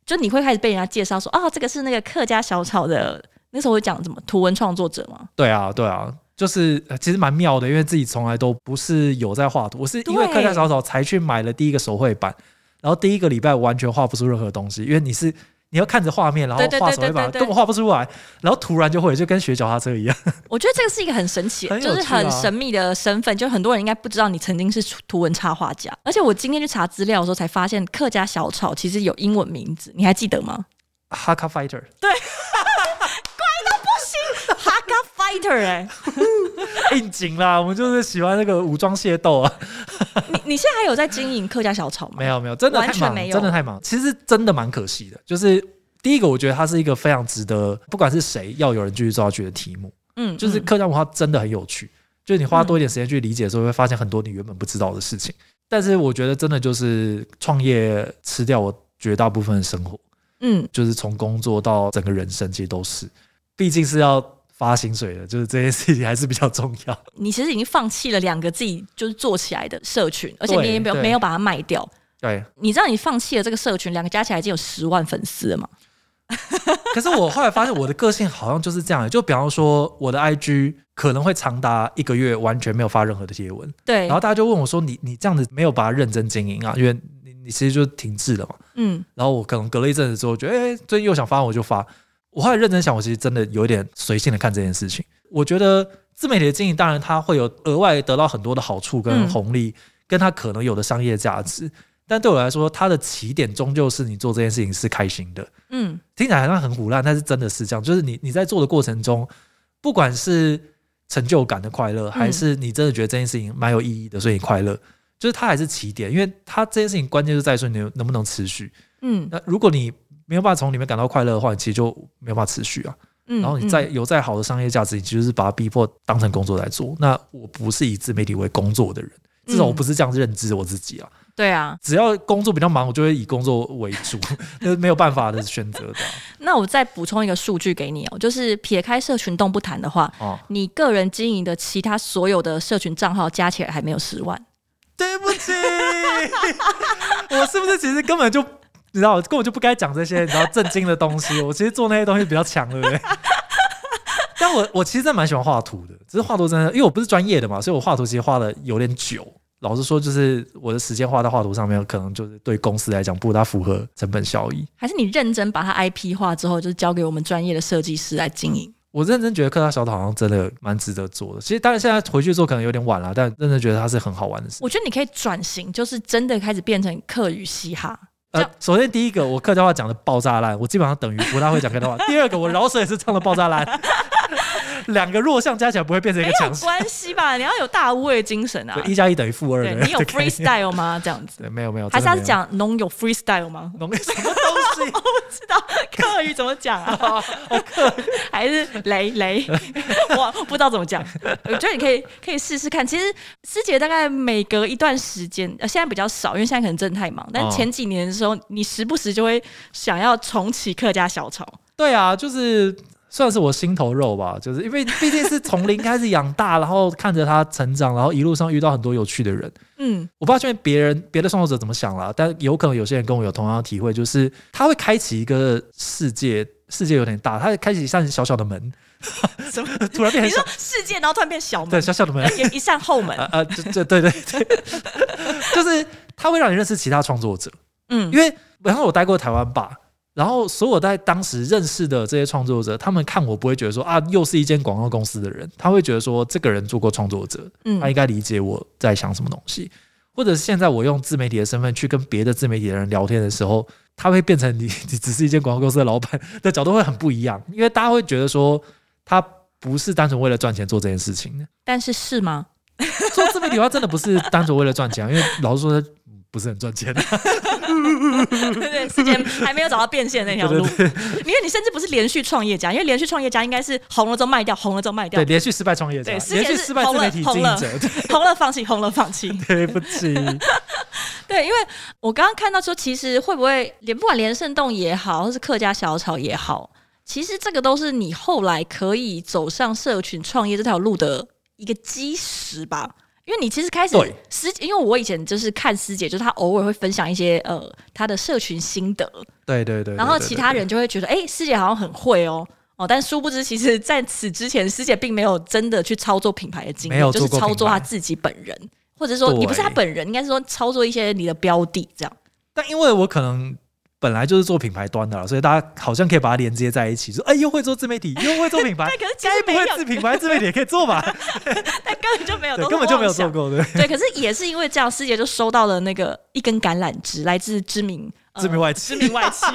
Speaker 1: 就你会开始被人家介绍说啊，这个是那个客家小炒的。那时候我讲什么图文创作者嘛，
Speaker 2: 对啊，对啊，就是呃其实蛮妙的，因为自己从来都不是有在画图，我是因为
Speaker 1: 对
Speaker 2: 客家小草才去买了第一个手绘板，然后第一个礼拜完全画不出任何东西，因为你是。你要看着画面，然后
Speaker 1: 对对
Speaker 2: 画
Speaker 1: 对
Speaker 2: 手绘
Speaker 1: 对
Speaker 2: 板
Speaker 1: 对对
Speaker 2: 根本画不出来，然后突然就会，就跟学脚踏车一样。
Speaker 1: 我觉得这个是一个很神奇，
Speaker 2: 很有
Speaker 1: 就是
Speaker 2: 趣啊
Speaker 1: 很神秘的身份，就很多人应该不知道你曾经是图文插画家。而且我今天去查资料的时候才发现，客家小炒其实有英文名字，你还记得
Speaker 2: <laughs>
Speaker 1: 吗
Speaker 2: 哈卡 <laughs> fighter，
Speaker 1: ？Haga Fighter 哎、
Speaker 2: <laughs> 应景啦，我们就是喜欢那个武装械斗啊。
Speaker 1: 你你现在还有在经营客家小炒吗？
Speaker 2: 没有没有，真的
Speaker 1: 完
Speaker 2: 太
Speaker 1: 全
Speaker 2: 忙，
Speaker 1: 没有
Speaker 2: 真的太忙。其实真的蛮可惜的，就是第一个，我觉得它是一个非常值得，不管是谁要有人继续做下去的题目。
Speaker 1: 嗯，嗯，
Speaker 2: 就是客家文化真的很有趣，就是你花多一点时间去理解的时候，会发现很多你原本不知道的事情。但是我觉得真的就是创业吃掉我绝大部分的生活，
Speaker 1: 嗯，
Speaker 2: 就是从工作到整个人生其实都是，毕竟是要发薪水的，就是这件事情还是比较重要。
Speaker 1: 你其实已经放弃了两个自己就是做起来的社群，而且你也没有
Speaker 2: 对
Speaker 1: 没有把它卖掉。
Speaker 2: 对，
Speaker 1: 你知道你放弃了这个社群，两个加起来已经有十万粉丝了嘛？
Speaker 2: 可是我后来发现我的个性好像就是这样，就比方说我的 IG 可能会长达一个月完全没有发任何的贴文，
Speaker 1: 对
Speaker 2: 然，后大家就问我说你你这样子没有把它认真经营啊，因为你你其实就停滞了嘛。
Speaker 1: 嗯，
Speaker 2: 然后我可能隔了一阵子之后，觉得哎、诶最近又想发，我就发。我后来认真想，我其实真的有点随性的看这件事情。我觉得自媒体的经营，当然它会有额外得到很多的好处跟
Speaker 1: 嗯
Speaker 2: 红利，跟它可能有的商业价值。但对我来说，它的起点终究是你做这件事情是开心的。
Speaker 1: 嗯，
Speaker 2: 听起来好像很胡乱，但是真的是这样。就是你你在做的过程中，不管是成就感的快乐，还是你真的觉得这件事情蛮有意义的，所以你快乐，就是它还是起点，因为它这件事情关键就在于说你能不能持续。
Speaker 1: 嗯，
Speaker 2: 那如果你没有办法从里面感到快乐的话，你其实就没有办法持续啊。
Speaker 1: 嗯，
Speaker 2: 然后你再有再好的商业价值，你其实是把它逼迫当成工作来做。那我不是以自媒体为工作的人，至少我不是这样认知我自己啊。
Speaker 1: 嗯对啊。
Speaker 2: 只要工作比较忙，我就会以工作为主， <laughs> 那是没有办法的选择的
Speaker 1: 那我再补充一个数据给你哦，就是撇开社群动不谈的话，
Speaker 2: 啊。哦
Speaker 1: 你个人经营的其他所有的社群账号加起来还没有十万。
Speaker 2: 对不起， <laughs> 我是不是其实根本就你知道，根本就不该讲这些你知道震惊的东西。我其实做那些东西比较强，对不对？ <laughs> 但我我其实真的蛮喜欢画图的，只是画图真的，因为我不是专业的嘛，所以我画图其实画的有点久。老实说，就是我的时间花在画图上面，可能就是对公司来讲不大符合成本效益。
Speaker 1: 还是你认真把它 IP 化之后，就交给我们专业的设计师来经营？
Speaker 2: 我认真觉得客家小岛好像真的蛮值得做的。其实当然现在回去做可能有点晚了，但认真觉得它是很好玩的事。
Speaker 1: 我觉得你可以转型，就是真的开始变成客语嘻哈。
Speaker 2: 呃，首先第一个，我客家话讲的爆炸烂，我基本上等于不大会讲客家话。第二个，我饶舌也是唱的爆炸烂， <laughs> 两个弱项加起来不会变成一
Speaker 1: 没
Speaker 2: 个
Speaker 1: 有
Speaker 2: 强项。
Speaker 1: 关系吧？ <laughs> 你要有大无畏精神啊！
Speaker 2: 对一加一等于负二的
Speaker 1: 对
Speaker 2: 人。
Speaker 1: 你有
Speaker 2: <laughs> 这个概念
Speaker 1: freestyle 吗？这样子，
Speaker 2: <laughs> 对，没有没有，
Speaker 1: 还是
Speaker 2: 真
Speaker 1: 他是
Speaker 2: 的没有
Speaker 1: 讲农有 freestyle
Speaker 2: <laughs>
Speaker 1: 吗？
Speaker 2: 农什么东西？
Speaker 1: 不知道客语怎么讲
Speaker 2: 哦
Speaker 1: 啊？ <laughs> 还是雷雷？ <laughs> 我不知道怎么讲。我觉得你可以可以试试看。其实师姐大概每隔一段时间，呃，现在比较少，因为现在可能真的太忙。但
Speaker 2: 哦
Speaker 1: 前几年的时候，你时不时就会想要重启客家小炒。
Speaker 2: 对啊，就是算是我心头肉吧，就是因为毕竟是从零开始养大，然后看着他成长，然后一路上遇到很多有趣的人。 <laughs>
Speaker 1: 嗯，
Speaker 2: 我不知道现在别人别的创作者怎么想啦，但有可能有些人跟我有同样的体会，就是他会开启一个世界，世界有点大，他会开启一扇小小的门，
Speaker 1: 什么？
Speaker 2: 突然变
Speaker 1: 你
Speaker 2: 成小
Speaker 1: 说世界，然后突然变小
Speaker 2: 对
Speaker 1: 门，
Speaker 2: 小小的门，
Speaker 1: 一一扇后
Speaker 2: <laughs>
Speaker 1: 门
Speaker 2: 呃。呃，这这对对对， <laughs> 就是他会让你认识其他创作者，
Speaker 1: 嗯
Speaker 2: 因为然后我待过台湾吧，然后所有在当时认识的这些创作者，他们看我不会觉得说啊，又是一间广告公司的人，他会觉得说这个人做过创作者，他
Speaker 1: 嗯
Speaker 2: 应该理解我在想什么东西。或者是现在我用自媒体的身份去跟别的自媒体的人聊天的时候，他会变成你你只是一间广告公司的老板的角度会很不一样，因为大家会觉得说他不是单纯为了赚钱做这件事情的。
Speaker 1: 但是是吗？
Speaker 2: 做自媒体的话，真的不是单纯为了赚钱啊，因为老实说不是很赚钱。
Speaker 1: <laughs> 对对，世界还没有找到变现那条路，因为你甚至不是连续创业家，因为连续创业家应该是红了之后卖掉，红了之后卖掉
Speaker 2: 对，，连续失败创业者啊
Speaker 1: 对，世界
Speaker 2: 连续
Speaker 1: 是
Speaker 2: 失败自
Speaker 1: 红了
Speaker 2: 媒体经
Speaker 1: 红
Speaker 2: 营
Speaker 1: 了
Speaker 2: 者，
Speaker 1: 红了放弃， <laughs> 红了放弃。
Speaker 2: 对不
Speaker 1: <laughs>
Speaker 2: 起，
Speaker 1: 对，因为我刚刚看到说，其实会不会连不管连胜洞也好，或是客家小炒也好，其实这个都是你后来可以走上社群创业这条路的一个基石吧。因为你其实开始
Speaker 2: 对
Speaker 1: 师姐，因为我以前就是看师姐，就是她偶尔会分享一些呃她的社群心得，
Speaker 2: 对对对。
Speaker 1: 然后
Speaker 2: 对
Speaker 1: 其他，人就会觉得，哎、师姐好像很会哦。哦，但殊不知，其实在此之前，师姐并没有真的去操作品牌的经
Speaker 2: 没有
Speaker 1: 验，就是
Speaker 2: 做过
Speaker 1: 操作
Speaker 2: 品牌
Speaker 1: 她自己本人，或者说
Speaker 2: 对
Speaker 1: 你不是她本人，应该是说操作一些你的标的这样。
Speaker 2: 但因为我可能本来就是做品牌端的啦，所以大家好像可以把它连接在一起，说哎，又会做自媒体，又会做品牌
Speaker 1: 但哎，可是其
Speaker 2: 该
Speaker 1: 实没
Speaker 2: 不
Speaker 1: 有
Speaker 2: 会，
Speaker 1: <laughs>
Speaker 2: 自品牌自媒体也可以做吧？
Speaker 1: 但根本就没有，
Speaker 2: 对
Speaker 1: 都，是
Speaker 2: 根本就没有
Speaker 1: 妄
Speaker 2: 做
Speaker 1: 想。
Speaker 2: 过的，
Speaker 1: 对，可是也是因为这样，师姐就收到了那个一根橄榄枝，来自知名、呃
Speaker 2: 知名外企，
Speaker 1: 知名外企，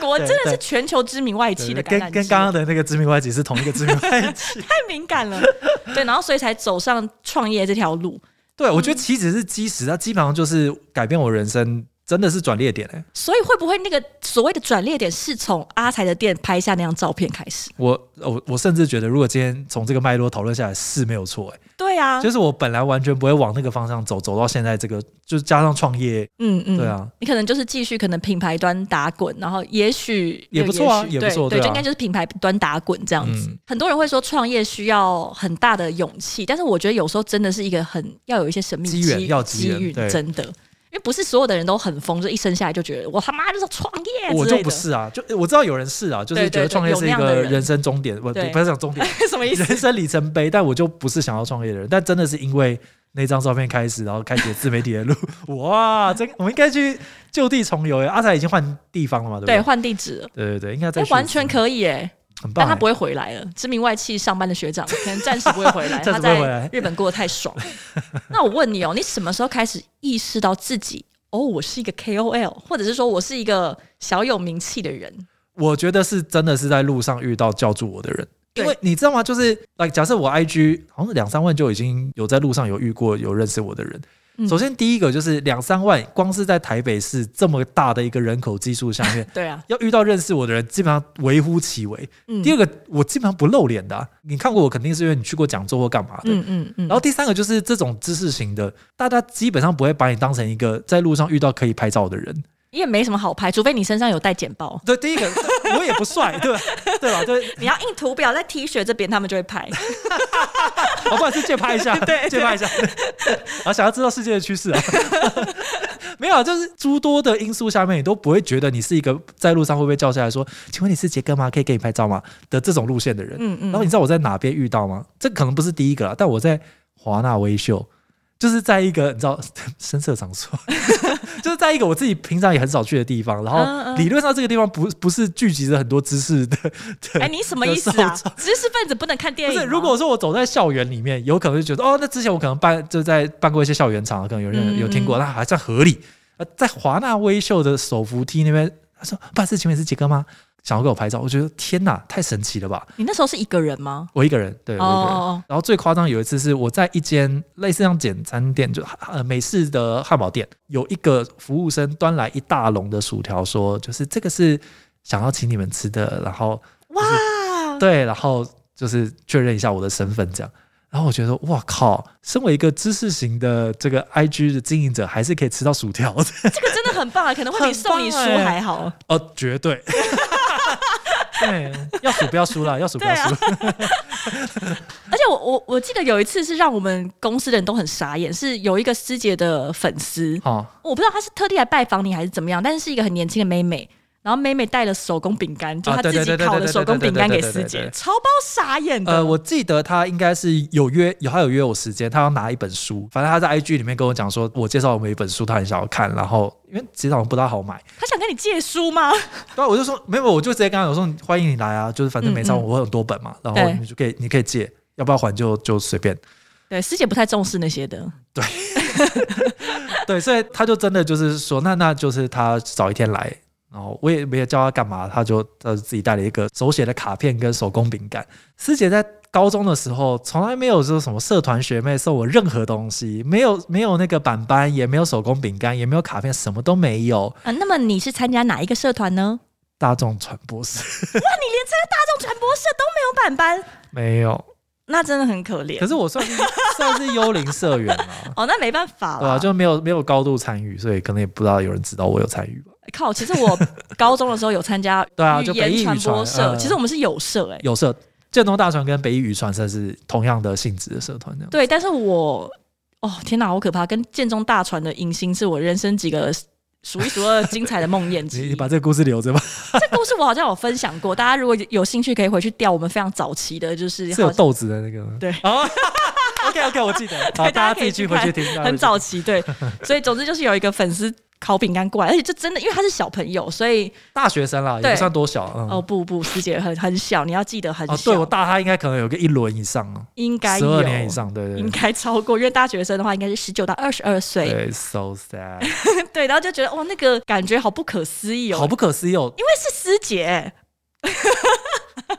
Speaker 1: 果真的
Speaker 2: 对
Speaker 1: 是
Speaker 2: 对
Speaker 1: 全球知名外企
Speaker 2: 对
Speaker 1: 的橄
Speaker 2: 跟
Speaker 1: 榄枝，
Speaker 2: 跟刚刚的那个知名外企是同一个知名外企。
Speaker 1: 太敏感了。 <laughs> 对，然后所以才走上创业这条路。
Speaker 2: 对，我觉得岂止是基石，它基本上就是改变我人生，真的是转捩点哎、
Speaker 1: 所以会不会那个所谓的转捩点是从阿才的店拍下那张照片开始？
Speaker 2: 我我我甚至觉得，如果今天从这个脉络讨论下来是没有错哎、
Speaker 1: 对啊，
Speaker 2: 就是我本来完全不会往那个方向走，走到现在这个，就是加上创业，
Speaker 1: 嗯嗯，
Speaker 2: 对啊，
Speaker 1: 你可能就是继续可能品牌端打滚，然后也许
Speaker 2: 也不错啊
Speaker 1: 许
Speaker 2: 也不
Speaker 1: 对
Speaker 2: 错
Speaker 1: 对，
Speaker 2: 对啊
Speaker 1: 就应该就是品牌端打滚这样子。
Speaker 2: 嗯
Speaker 1: 很多人会说创业需要很大的勇气，但是我觉得有时候真的是一个很要有一些神秘
Speaker 2: 机缘要机
Speaker 1: 机
Speaker 2: 缘
Speaker 1: 遇，
Speaker 2: 对
Speaker 1: 真的。因为不是所有的人都很疯，就一生下来就觉得我他妈就是创业之类的，
Speaker 2: 我就不是啊，就我知道有人是啊，就是
Speaker 1: 对对
Speaker 2: 觉得
Speaker 1: 对
Speaker 2: 创业
Speaker 1: 有
Speaker 2: 是
Speaker 1: 那
Speaker 2: 一
Speaker 1: 样的
Speaker 2: 个
Speaker 1: 人
Speaker 2: 人生终点，不
Speaker 1: 对
Speaker 2: 不是讲终点，
Speaker 1: <laughs> 什么意思？
Speaker 2: <laughs> 人生里程碑，但我就不是想要创业的人，但真的是因为那张照片开始，然后开启了自媒体的路， <laughs> 哇，这我们应该去就地重游耶！哎阿才已经换地方了嘛，对不
Speaker 1: 对，
Speaker 2: 对？
Speaker 1: 换地址了，
Speaker 2: 对对对，应该在、
Speaker 1: 哎、完全可以哎、
Speaker 2: 很棒
Speaker 1: 但
Speaker 2: 欸耶，
Speaker 1: 他不会回来了。知名外企上班的学长可能暂时不会 <laughs> 回来，他
Speaker 2: 暂时不会回来
Speaker 1: 在日本过得太 <laughs> 爽。那我问你哦，你什么时候开始意识到自己哦，我是一个 KOL，或者是说我是一个小有名气的人？
Speaker 2: 我觉得是真的是在路上遇到叫住我的人。因
Speaker 1: 对
Speaker 2: 为你知道吗？就是呃，假设我 IG 好像两三万就已经有在路上有遇过有认识我的人。
Speaker 1: 嗯，
Speaker 2: 首先第一个就是两三万，光是在台北市这么大的一个人口基数下面
Speaker 1: 对啊，
Speaker 2: 要遇到认识我的人，基本上微乎其微。
Speaker 1: 嗯
Speaker 2: 第二个，我基本上不露脸的啊、你看过我，肯定是因为你去过讲座或干嘛的。
Speaker 1: 嗯嗯嗯，
Speaker 2: 然后第三个就是这种知识型的，大家基本上不会把你当成一个在路上遇到可以拍照的人。
Speaker 1: 你也没什么好拍，除非你身上有带剪报。
Speaker 2: 对，第一个 <laughs> 我也不帅，对吧？对吧？对，
Speaker 1: 你要印图表在 T 恤这边，他们就会 <laughs> 拍。
Speaker 2: <laughs> 好，哦不好意思，借拍一下，
Speaker 1: <laughs> 对
Speaker 2: 借拍一下。 <laughs> 啊，想要知道世界的趋势啊， <laughs> 没有啊，就是诸多的因素下面，你都不会觉得你是一个在路上会被叫下来说，请问你是杰哥吗？可以给你拍照吗？的这种路线的人。
Speaker 1: 嗯嗯，
Speaker 2: 然后你知道我在哪边遇到吗？这可能不是第一个啦，但我在华纳微秀，就是在一个你知道深色场所， <laughs> 就是在一个我自己平常也很少去的地方，然
Speaker 1: 嗯
Speaker 2: 后
Speaker 1: 嗯
Speaker 2: 理论上这个地方不不是聚集着很多知识的，对
Speaker 1: 哎，你什么意思啊
Speaker 2: 有受？
Speaker 1: 知识分子不能看电
Speaker 2: 不
Speaker 1: 影吗？
Speaker 2: 是，如果说我走在校园里面，有可能就觉得哦，那之前我可能办就在办过一些校园场，可能有人
Speaker 1: 嗯
Speaker 2: 有听过，那还算合理。呃，在华纳威秀的手扶梯那边，他说：“不好意思，请问你是杰哥吗？”想要给我拍照，我觉得天哪，太神奇了吧！
Speaker 1: 你那时候是一个人吗？
Speaker 2: 我一个人，对，我一个人。
Speaker 1: 哦，
Speaker 2: 然后最夸张有一次是我在一间类似像简餐店，就呃美式的汉堡店，有一个服务生端来一大笼的薯条，说就是这个是想要请你们吃的，然后
Speaker 1: 哇， <laughs>
Speaker 2: 对，然后就是确认一下我的身份这样。然后我觉得，哇靠！身为一个知识型的这个 IG 的经营者，还是可以吃到薯条的， <laughs>
Speaker 1: 这个真的很棒啊，欸可能会比送你书
Speaker 2: 很棒哎
Speaker 1: 还好。
Speaker 2: 呃，
Speaker 1: <laughs>
Speaker 2: 绝对。对，要数不要输啦，要数不要
Speaker 1: 啊
Speaker 2: 输。
Speaker 1: 而且我我我记得有一次是让我们公司的人都很傻眼，是有一个师姐的粉丝，
Speaker 2: 好，
Speaker 1: 我不知道她是特地来拜访你还是怎么样，但是是一个很年轻的妹妹。然后妹妹带了手工饼干，就她
Speaker 2: 对
Speaker 1: 自
Speaker 2: 对
Speaker 1: 己
Speaker 2: 对对
Speaker 1: 烤的
Speaker 2: 对对
Speaker 1: 手工饼干
Speaker 2: 对
Speaker 1: 给
Speaker 2: 对对
Speaker 1: 师
Speaker 2: 对对
Speaker 1: 姐
Speaker 2: 对，
Speaker 1: 超包傻眼的。
Speaker 2: 呃，我记得他应该是有约，有他有约我时间，他要拿一本书，反正他在 IG 里面跟我讲说，我介绍我们一本书，他很想要看，然后因为其实好像不大好买，
Speaker 1: 她想跟你借书吗？
Speaker 2: 对啊，我就说没有，我就直接跟他讲说欢迎你来啊，就是反正没上
Speaker 1: 嗯嗯
Speaker 2: 我有多本嘛，然后
Speaker 1: 对
Speaker 2: 你就可以你可以借，要不要还就就随便。
Speaker 1: 对，师姐不太重视那些的。
Speaker 2: <laughs> 对，所以他就真的就是说，那那就是他早一天来，然后我也没有叫他干嘛，他就他就自己带了一个手写的卡片跟手工饼干。师姐在高中的时候，从来没有说什么社团学妹送我任何东西，没有没有那个板板，也没有手工饼干，也没有卡片，什么都没有。
Speaker 1: 啊，那么你是参加哪一个社团呢？
Speaker 2: 大众传播 <laughs> 社
Speaker 1: 那你连参加大众传播社都没有板班，
Speaker 2: 没有，
Speaker 1: 那真的很可怜
Speaker 2: 可。是我算是 <laughs> 算是幽灵社员啦。
Speaker 1: 哦，那没办法
Speaker 2: 对啊，
Speaker 1: 了。
Speaker 2: 就没有没有高度参与，所以可能也不知道有人知道我有参与吧。
Speaker 1: 靠，其实我高中的时候有参加
Speaker 2: 对啊
Speaker 1: 语
Speaker 2: 就北艺
Speaker 1: 言传
Speaker 2: 语
Speaker 1: 播
Speaker 2: 传
Speaker 1: 社，
Speaker 2: 呃
Speaker 1: 其实我们是有社哎、
Speaker 2: 有社建东大传跟北一渔船社是同样的性质的社团，这样。
Speaker 1: 对，但是我哦天哪，好可怕！跟建中大船的迎新是我人生几个数一数二精彩的梦魇之
Speaker 2: 你
Speaker 1: 一
Speaker 2: 你。把这个故事留着吧，
Speaker 1: 这故事我好像有分享过，大家如果有兴趣可以回去调我们非常早期的，就是
Speaker 2: 是有
Speaker 1: 好像
Speaker 2: 豆子的那个吗？
Speaker 1: 对
Speaker 2: 哦 <laughs> OK OK，我记得，好，
Speaker 1: <laughs> 对
Speaker 2: 大
Speaker 1: 大
Speaker 2: 家
Speaker 1: 家
Speaker 2: 自
Speaker 1: 可以
Speaker 2: 己去
Speaker 1: 去
Speaker 2: 回
Speaker 1: 看
Speaker 2: 去听，大家
Speaker 1: 很早
Speaker 2: 回去
Speaker 1: 期
Speaker 2: <laughs>
Speaker 1: 对，所以总之就是有一个粉丝烤饼干过来，而且就真的因为他是小朋友，所以
Speaker 2: 听大学生啦，也
Speaker 1: 对
Speaker 2: 不算多小，嗯，
Speaker 1: 哦不不，师姐很很小，你要记得很
Speaker 2: 哦，
Speaker 1: 小，
Speaker 2: 对我大他应该可能有个一轮以上哦，
Speaker 1: 应该
Speaker 2: 十
Speaker 1: 有
Speaker 2: 二年以上，对对
Speaker 1: 应
Speaker 2: 对。
Speaker 1: 该超过，因为大学生的话应该是十九到二十二岁，
Speaker 2: 对，so sad，
Speaker 1: 对，然后就觉得哇，哦那个感觉好不可思议
Speaker 2: 好
Speaker 1: 哦，
Speaker 2: 不可思议哦！
Speaker 1: 因为是师姐。 <laughs>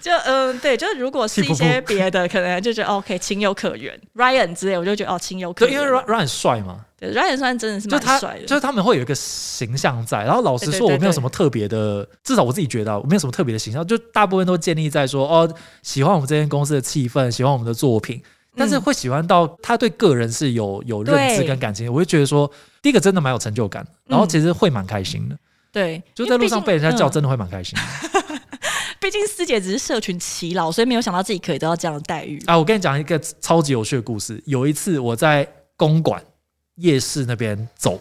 Speaker 1: 就嗯，对，就是如果是
Speaker 2: 气噗
Speaker 1: 一
Speaker 2: 噗
Speaker 1: 些别的，可能就觉得哦 OK 情有可原，Ryan 之类，我就觉得哦情有可
Speaker 2: 对，
Speaker 1: 原。
Speaker 2: 因为 Ryan Ryan 很帅嘛，
Speaker 1: 对 Ryan 算真的是
Speaker 2: 就
Speaker 1: 蛮
Speaker 2: 他
Speaker 1: 帅的，
Speaker 2: 就是他们会有一个形象在。然后老实
Speaker 1: 对对
Speaker 2: 说，
Speaker 1: 对
Speaker 2: 我没
Speaker 1: 对嗯
Speaker 2: 有什么特别的，至少我自己觉得啊我没有什么特别的形象，就大部分都建立在说哦，喜欢我们这间公司的气氛，喜欢我们的作品，但是
Speaker 1: 嗯
Speaker 2: 会喜欢到他对个人是有有认知
Speaker 1: 对
Speaker 2: 跟感情的，我就觉得说，第一个真的蛮有成就感，然后其实会蛮开心的，
Speaker 1: 对，
Speaker 2: 就
Speaker 1: 因为
Speaker 2: 在路
Speaker 1: 毕
Speaker 2: 上
Speaker 1: 竟
Speaker 2: 被人家叫，
Speaker 1: 嗯
Speaker 2: 真的会蛮开心的、
Speaker 1: 毕竟师姐只是社群耆老，所以没有想到自己可以得到这样的待遇。
Speaker 2: 啊！我跟你讲一个超级有趣的故事，有一次我在公馆夜市那边走。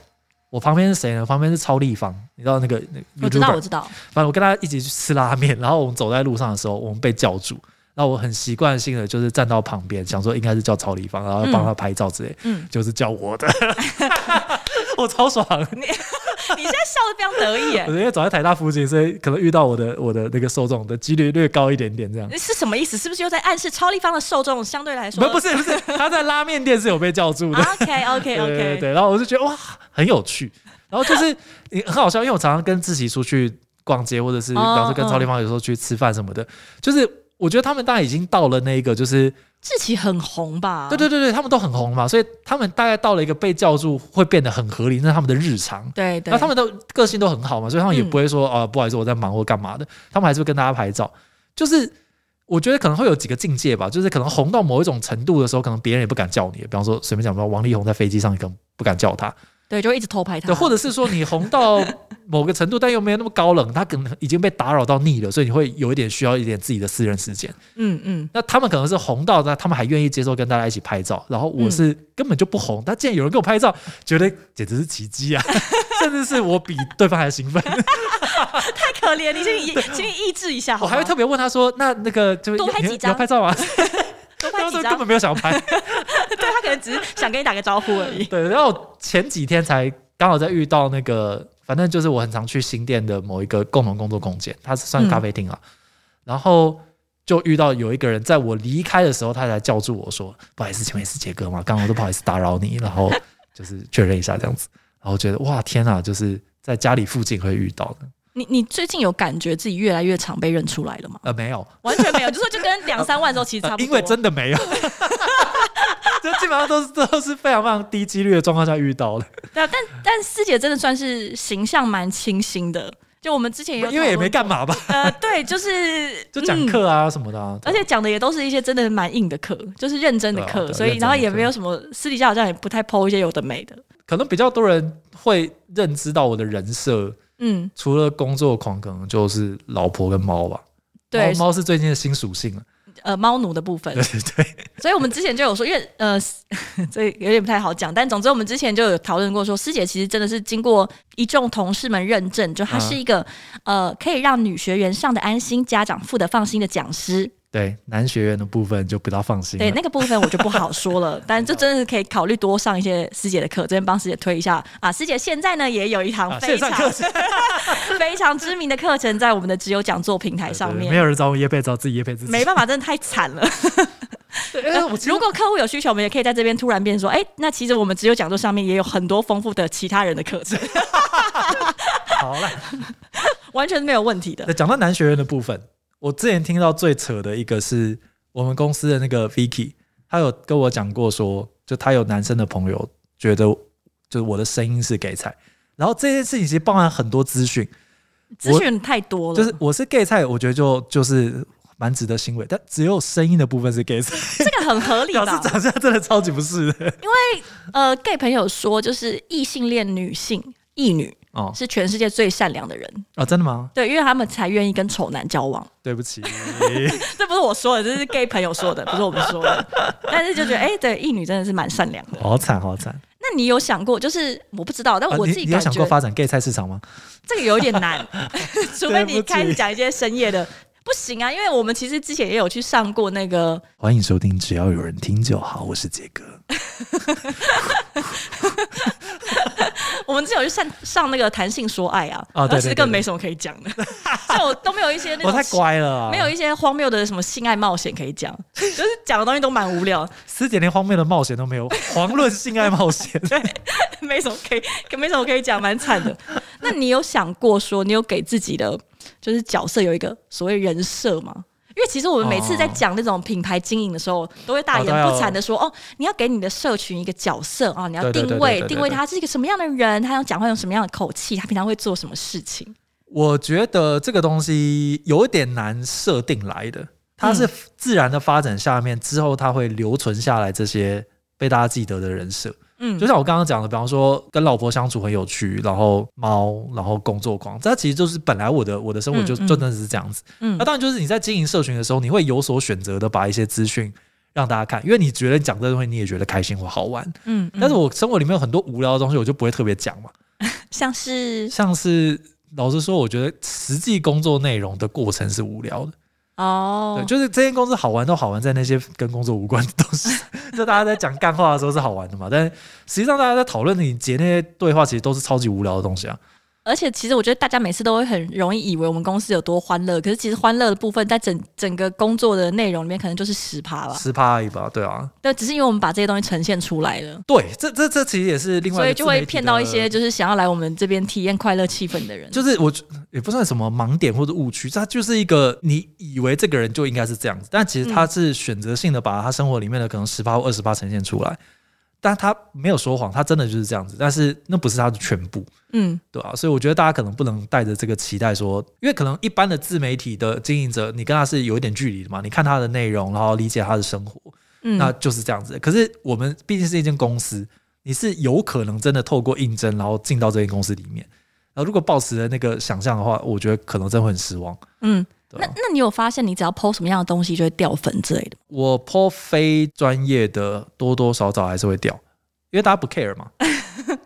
Speaker 2: 我旁边是谁呢？旁边是超立方，你知道那个那个 YouTuber,
Speaker 1: 我知道，我知道，
Speaker 2: 反正我跟他一起去吃拉面，然后我们走在路上的时候，我们被叫住，然后我很习惯性的就是站到旁边，想说应该是叫曹立方，然后帮他拍照之类，
Speaker 1: 嗯，
Speaker 2: 就是叫我
Speaker 1: <laughs>
Speaker 2: 的，我超爽。
Speaker 1: 你现在笑的非常得意耶
Speaker 2: <laughs> 我，因为走在台大附近，所以可能遇到我的我的那个受众的几率略高一点点这样。
Speaker 1: 是什么意思？是不是又在暗示超立方的受众相对来说
Speaker 2: 不，不是不是，他在拉面店是有被叫住的。
Speaker 1: ？OK OK
Speaker 2: <laughs> 对对
Speaker 1: OK，
Speaker 2: 对，然后我就觉得哇，很有趣。然后就是你很好笑，因为我常常跟志奇出去逛街，或者是比
Speaker 1: 哦
Speaker 2: 方说跟
Speaker 1: 嗯
Speaker 2: 超立方有时候去吃饭什么的，就是我觉得他们大概已经到了那个就是
Speaker 1: 志奇很红吧？
Speaker 2: 对对对对，他们都很红嘛，所以他们大概到了一个被叫住会变得很合理，那是他们的日常。
Speaker 1: 对对，嗯
Speaker 2: 那他们都个性都很好嘛，所以他们也不会说啊、不好意思，我在忙或干嘛的，他们还是会跟大家拍照。就是我觉得可能会有几个境界吧，就是可能红到某一种程度的时候，可能别人也不敢叫你。比方说随便讲吧，王力宏在飞机上，你可能不敢叫他，
Speaker 1: 对就会一直偷拍他，
Speaker 2: 对，或者是说你红到 <laughs> 某个程度，但又没有那么高冷，他可能已经被打扰到腻了，所以你会有一点需要一点自己的私人时间。
Speaker 1: 嗯嗯，
Speaker 2: 那他们可能是红到呢，他们还愿意接受跟大家一起拍照，然后我
Speaker 1: 嗯
Speaker 2: 是根本就不红，但竟然有人跟我拍照，觉得 <laughs> 简直是奇迹啊！甚至是我比对方还兴
Speaker 1: <laughs>
Speaker 2: 奋，
Speaker 1: 太可怜，你请你请你抑制一下好
Speaker 2: 我
Speaker 1: 吗，
Speaker 2: 还会特别问他说：“那那个就是
Speaker 1: 多拍
Speaker 2: 你
Speaker 1: 几
Speaker 2: 你要
Speaker 1: 张
Speaker 2: 拍照吗？”
Speaker 1: <laughs>
Speaker 2: <laughs>
Speaker 1: 多拍
Speaker 2: 他
Speaker 1: 几
Speaker 2: 们根
Speaker 1: 张
Speaker 2: 本，没有想要拍。
Speaker 1: 对他可能只是想跟你打个招呼而
Speaker 2: <laughs>
Speaker 1: 已。
Speaker 2: 对，然后前几天才刚好在遇到那个，反正就是我很常去新店的某一个共同工作空间，它是算咖啡厅啊。
Speaker 1: 嗯
Speaker 2: 然后就遇到有一个人，在我离开的时候，他才叫住我说：“不好意思，前面是杰哥嘛，刚刚我都不好意思打扰你。”然后就是确认一下这样子，然后觉得哇天啊，就是在家里附近会遇到
Speaker 1: <laughs>
Speaker 2: 的。
Speaker 1: 你你最近有感觉自己越来越常被认出来了吗？
Speaker 2: 呃，没有，
Speaker 1: 完全啊没有，就是就跟两三万的时候其实差不多。
Speaker 2: 呃因为真的没有。 <laughs> 就基本上都是都是非常非常低几率的状况下遇到的，
Speaker 1: 对啊，但但师姐真的算是形象蛮清新的。就我们之前也有
Speaker 2: 因为也没
Speaker 1: 讨
Speaker 2: 干嘛吧，
Speaker 1: 论，呃，对，就是
Speaker 2: 就讲、
Speaker 1: 嗯
Speaker 2: 课啊什么的、啊。
Speaker 1: 而且讲的也都是一些真的蛮硬的课，就是认真的
Speaker 2: 对啊
Speaker 1: 课，
Speaker 2: 对啊
Speaker 1: 所以
Speaker 2: 认真的
Speaker 1: 然后也
Speaker 2: 课
Speaker 1: 没有什么私底下好像也不太剖一些有的没的。
Speaker 2: 可能比较多人会认知到我的人设，
Speaker 1: 嗯，
Speaker 2: 除了工作狂，可能就是老婆跟猫吧。
Speaker 1: 对，
Speaker 2: 猫猫是最近的新属性
Speaker 1: <laughs>
Speaker 2: 了。
Speaker 1: 呃，猫奴的部分
Speaker 2: 对。对对，
Speaker 1: 所以我们之前就有说，因为呃， <laughs> 所以有点不太好讲，但总之我们之前就有讨论过说，师姐其实真的是经过一众同事们认证，就她是一个、
Speaker 2: 啊
Speaker 1: 呃可以让女学员上的安心，家长付的放心的讲师。
Speaker 2: 对男学员的部分就比较放心了。
Speaker 1: 对那个部分我就不好说了，
Speaker 2: <laughs>
Speaker 1: 但这真的是可以考虑多上一些师姐的课，这边帮师姐推一下啊。师姐现在呢也有一堂
Speaker 2: 啊，
Speaker 1: 非
Speaker 2: 线
Speaker 1: 常、
Speaker 2: 上课程
Speaker 1: 非常知名的课程在我们的只有讲座平台
Speaker 2: 对
Speaker 1: 上
Speaker 2: 对
Speaker 1: 面，
Speaker 2: 没有人找我叶贝，找自己叶贝 <laughs> 自己。
Speaker 1: 没办法，真的太惨了。
Speaker 2: <laughs> 对，因为我其实
Speaker 1: 如果客户有需求，我们也可以在这边突然变说，哎、那其实我们只有讲座上面也有很多丰富的其他人的课
Speaker 2: <laughs>
Speaker 1: 程，
Speaker 2: 好了，
Speaker 1: 完全没有问题的。
Speaker 2: 那讲到男学员的部分，我之前听到最扯的一个是我们公司的那个 Vicky，他有跟我讲过说，就他有男生的朋友觉得就是我的声音是给菜，然后这件事情其实包含很多资讯，
Speaker 1: 资讯太多了，
Speaker 2: 就是我是 gay 菜，我觉得就就是蛮值得欣慰，但只有声音的部分是 gay 菜，
Speaker 1: 这个很合理
Speaker 2: 表示
Speaker 1: 吧？
Speaker 2: 长相真的超级不是的
Speaker 1: 呃，gay 朋友说，就是异性恋女性异女
Speaker 2: 哦
Speaker 1: 是全世界最善良的人，
Speaker 2: 哦，真的吗？
Speaker 1: 对，因为他们才愿意跟丑男交往。
Speaker 2: 对不起，
Speaker 1: <laughs> 这不是我说的，这是 gay 朋友说的，不是我们说的。但是就觉得，哎、对，异女真的是蛮善良的。
Speaker 2: 好惨好惨。
Speaker 1: 那你有想过，就是我不知道，但
Speaker 2: 啊
Speaker 1: 哎我自
Speaker 2: 你
Speaker 1: 己
Speaker 2: 你有
Speaker 1: 感
Speaker 2: 想
Speaker 1: 觉、
Speaker 2: 过发展 gay 菜市场吗？
Speaker 1: 这个有点
Speaker 2: <laughs>
Speaker 1: 难，除非你
Speaker 2: 对不起
Speaker 1: 开始讲一些深夜的，不行啊，因为我们其实之前也有去上过那个，
Speaker 2: 欢迎收听，只要有人听就好，我是杰哥。
Speaker 1: 我们之前有去上上那个弹性说爱啊，
Speaker 2: 哦
Speaker 1: 而
Speaker 2: 对
Speaker 1: 其实
Speaker 2: 对对
Speaker 1: 根本没什么可以
Speaker 2: <laughs>
Speaker 1: 讲的，所以我都没有一些那种
Speaker 2: 我太乖了啊、
Speaker 1: 没有一些荒谬的什么性爱冒险可以讲，就是讲的东西都蛮无聊，
Speaker 2: 师姐连荒谬的冒险都
Speaker 1: <laughs>
Speaker 2: 没有，遑论性爱冒险。
Speaker 1: 没什么可以，没什么可以讲，蛮惨
Speaker 2: <laughs>
Speaker 1: 的。那你有想过说，你有给自己的就是角色有一个所谓人设吗？因为其实我们每次在讲那种品牌经营的时候，都会大
Speaker 2: 哦都
Speaker 1: 言
Speaker 2: 要
Speaker 1: 不惭的说：“哦，你要给你的社群一个角色啊，你要
Speaker 2: 对对
Speaker 1: 定
Speaker 2: 对对
Speaker 1: 位
Speaker 2: 对对
Speaker 1: 定位
Speaker 2: 对
Speaker 1: 他是一个什么样的人，他要讲话用什么样的口气，他平常会做什么事情。
Speaker 2: <laughs> 我觉得这个东西有一点难设定来的，它
Speaker 1: 嗯
Speaker 2: 是自然的发展下面之后，它会留存下来这些被大家记得的人设。”
Speaker 1: 嗯
Speaker 2: 就，像我刚刚讲的，比方说跟老婆相处很有趣，然后猫，然后工作狂，这其实就是本来我的我的生活就
Speaker 1: 嗯嗯
Speaker 2: 就真的是这样子。
Speaker 1: 嗯
Speaker 2: 那当然就是你在经营社群的时候，你会有所选择的把一些资讯让大家看，因为你觉得讲这个东西你也觉得开心或好玩。
Speaker 1: 嗯，嗯
Speaker 2: 但是我生活里面有很多无聊的东西，我就不会特别讲嘛。
Speaker 1: 像是
Speaker 2: 像是老实说，我觉得实际工作内容的过程是无聊的。
Speaker 1: 哦
Speaker 2: 对，，就是这间公司好玩都好玩在那些跟工作无关的东西， <laughs> 就大家在讲干话的时候是好玩的嘛，但实际上大家在讨论你截那些对话，其实都是超级无聊的东西啊。
Speaker 1: 而且其实我觉得大家每次都会很容易以为我们公司有多欢乐，可是其实欢乐的部分在整整个工作的内容里面可能就是十趴吧。
Speaker 2: 十趴而已吧，对啊，
Speaker 1: 但只是因为我们把这些东西呈现出来了，
Speaker 2: 对，这这这其实也是另外一
Speaker 1: 所以
Speaker 2: 个
Speaker 1: 就
Speaker 2: 自媒体
Speaker 1: 会骗到一些
Speaker 2: 的。
Speaker 1: 就是想要来我们这边体验快乐气氛的人。
Speaker 2: 就是我觉也不算什么盲点或者误区，它就是一个你以为这个人就应该是这样子，但其实他是选择性的把他生活里面的可能十趴或二十趴呈现出来，但他没有说谎，他真的就是这样子，但是那不是他的全部。
Speaker 1: 嗯，
Speaker 2: 对啊，所以我觉得大家可能不能带着这个期待说，因为可能一般的自媒体的经营者，你跟他是有一点距离的嘛，你看他的内容，然后理解他的生活，
Speaker 1: 嗯
Speaker 2: 那就是这样子。可是我们毕竟是一间公司，你是有可能真的透过应征，然后进到这间公司里面。然后如果抱持了那个想象的话，我觉得可能真的会很失望。
Speaker 1: 嗯，
Speaker 2: 对
Speaker 1: 那
Speaker 2: 啊，
Speaker 1: 那你有发现你只要 PO 什么样的东西就会掉粉之类的吗？
Speaker 2: 我颇非专业的多多少少还是会掉，因为大家不 care 嘛，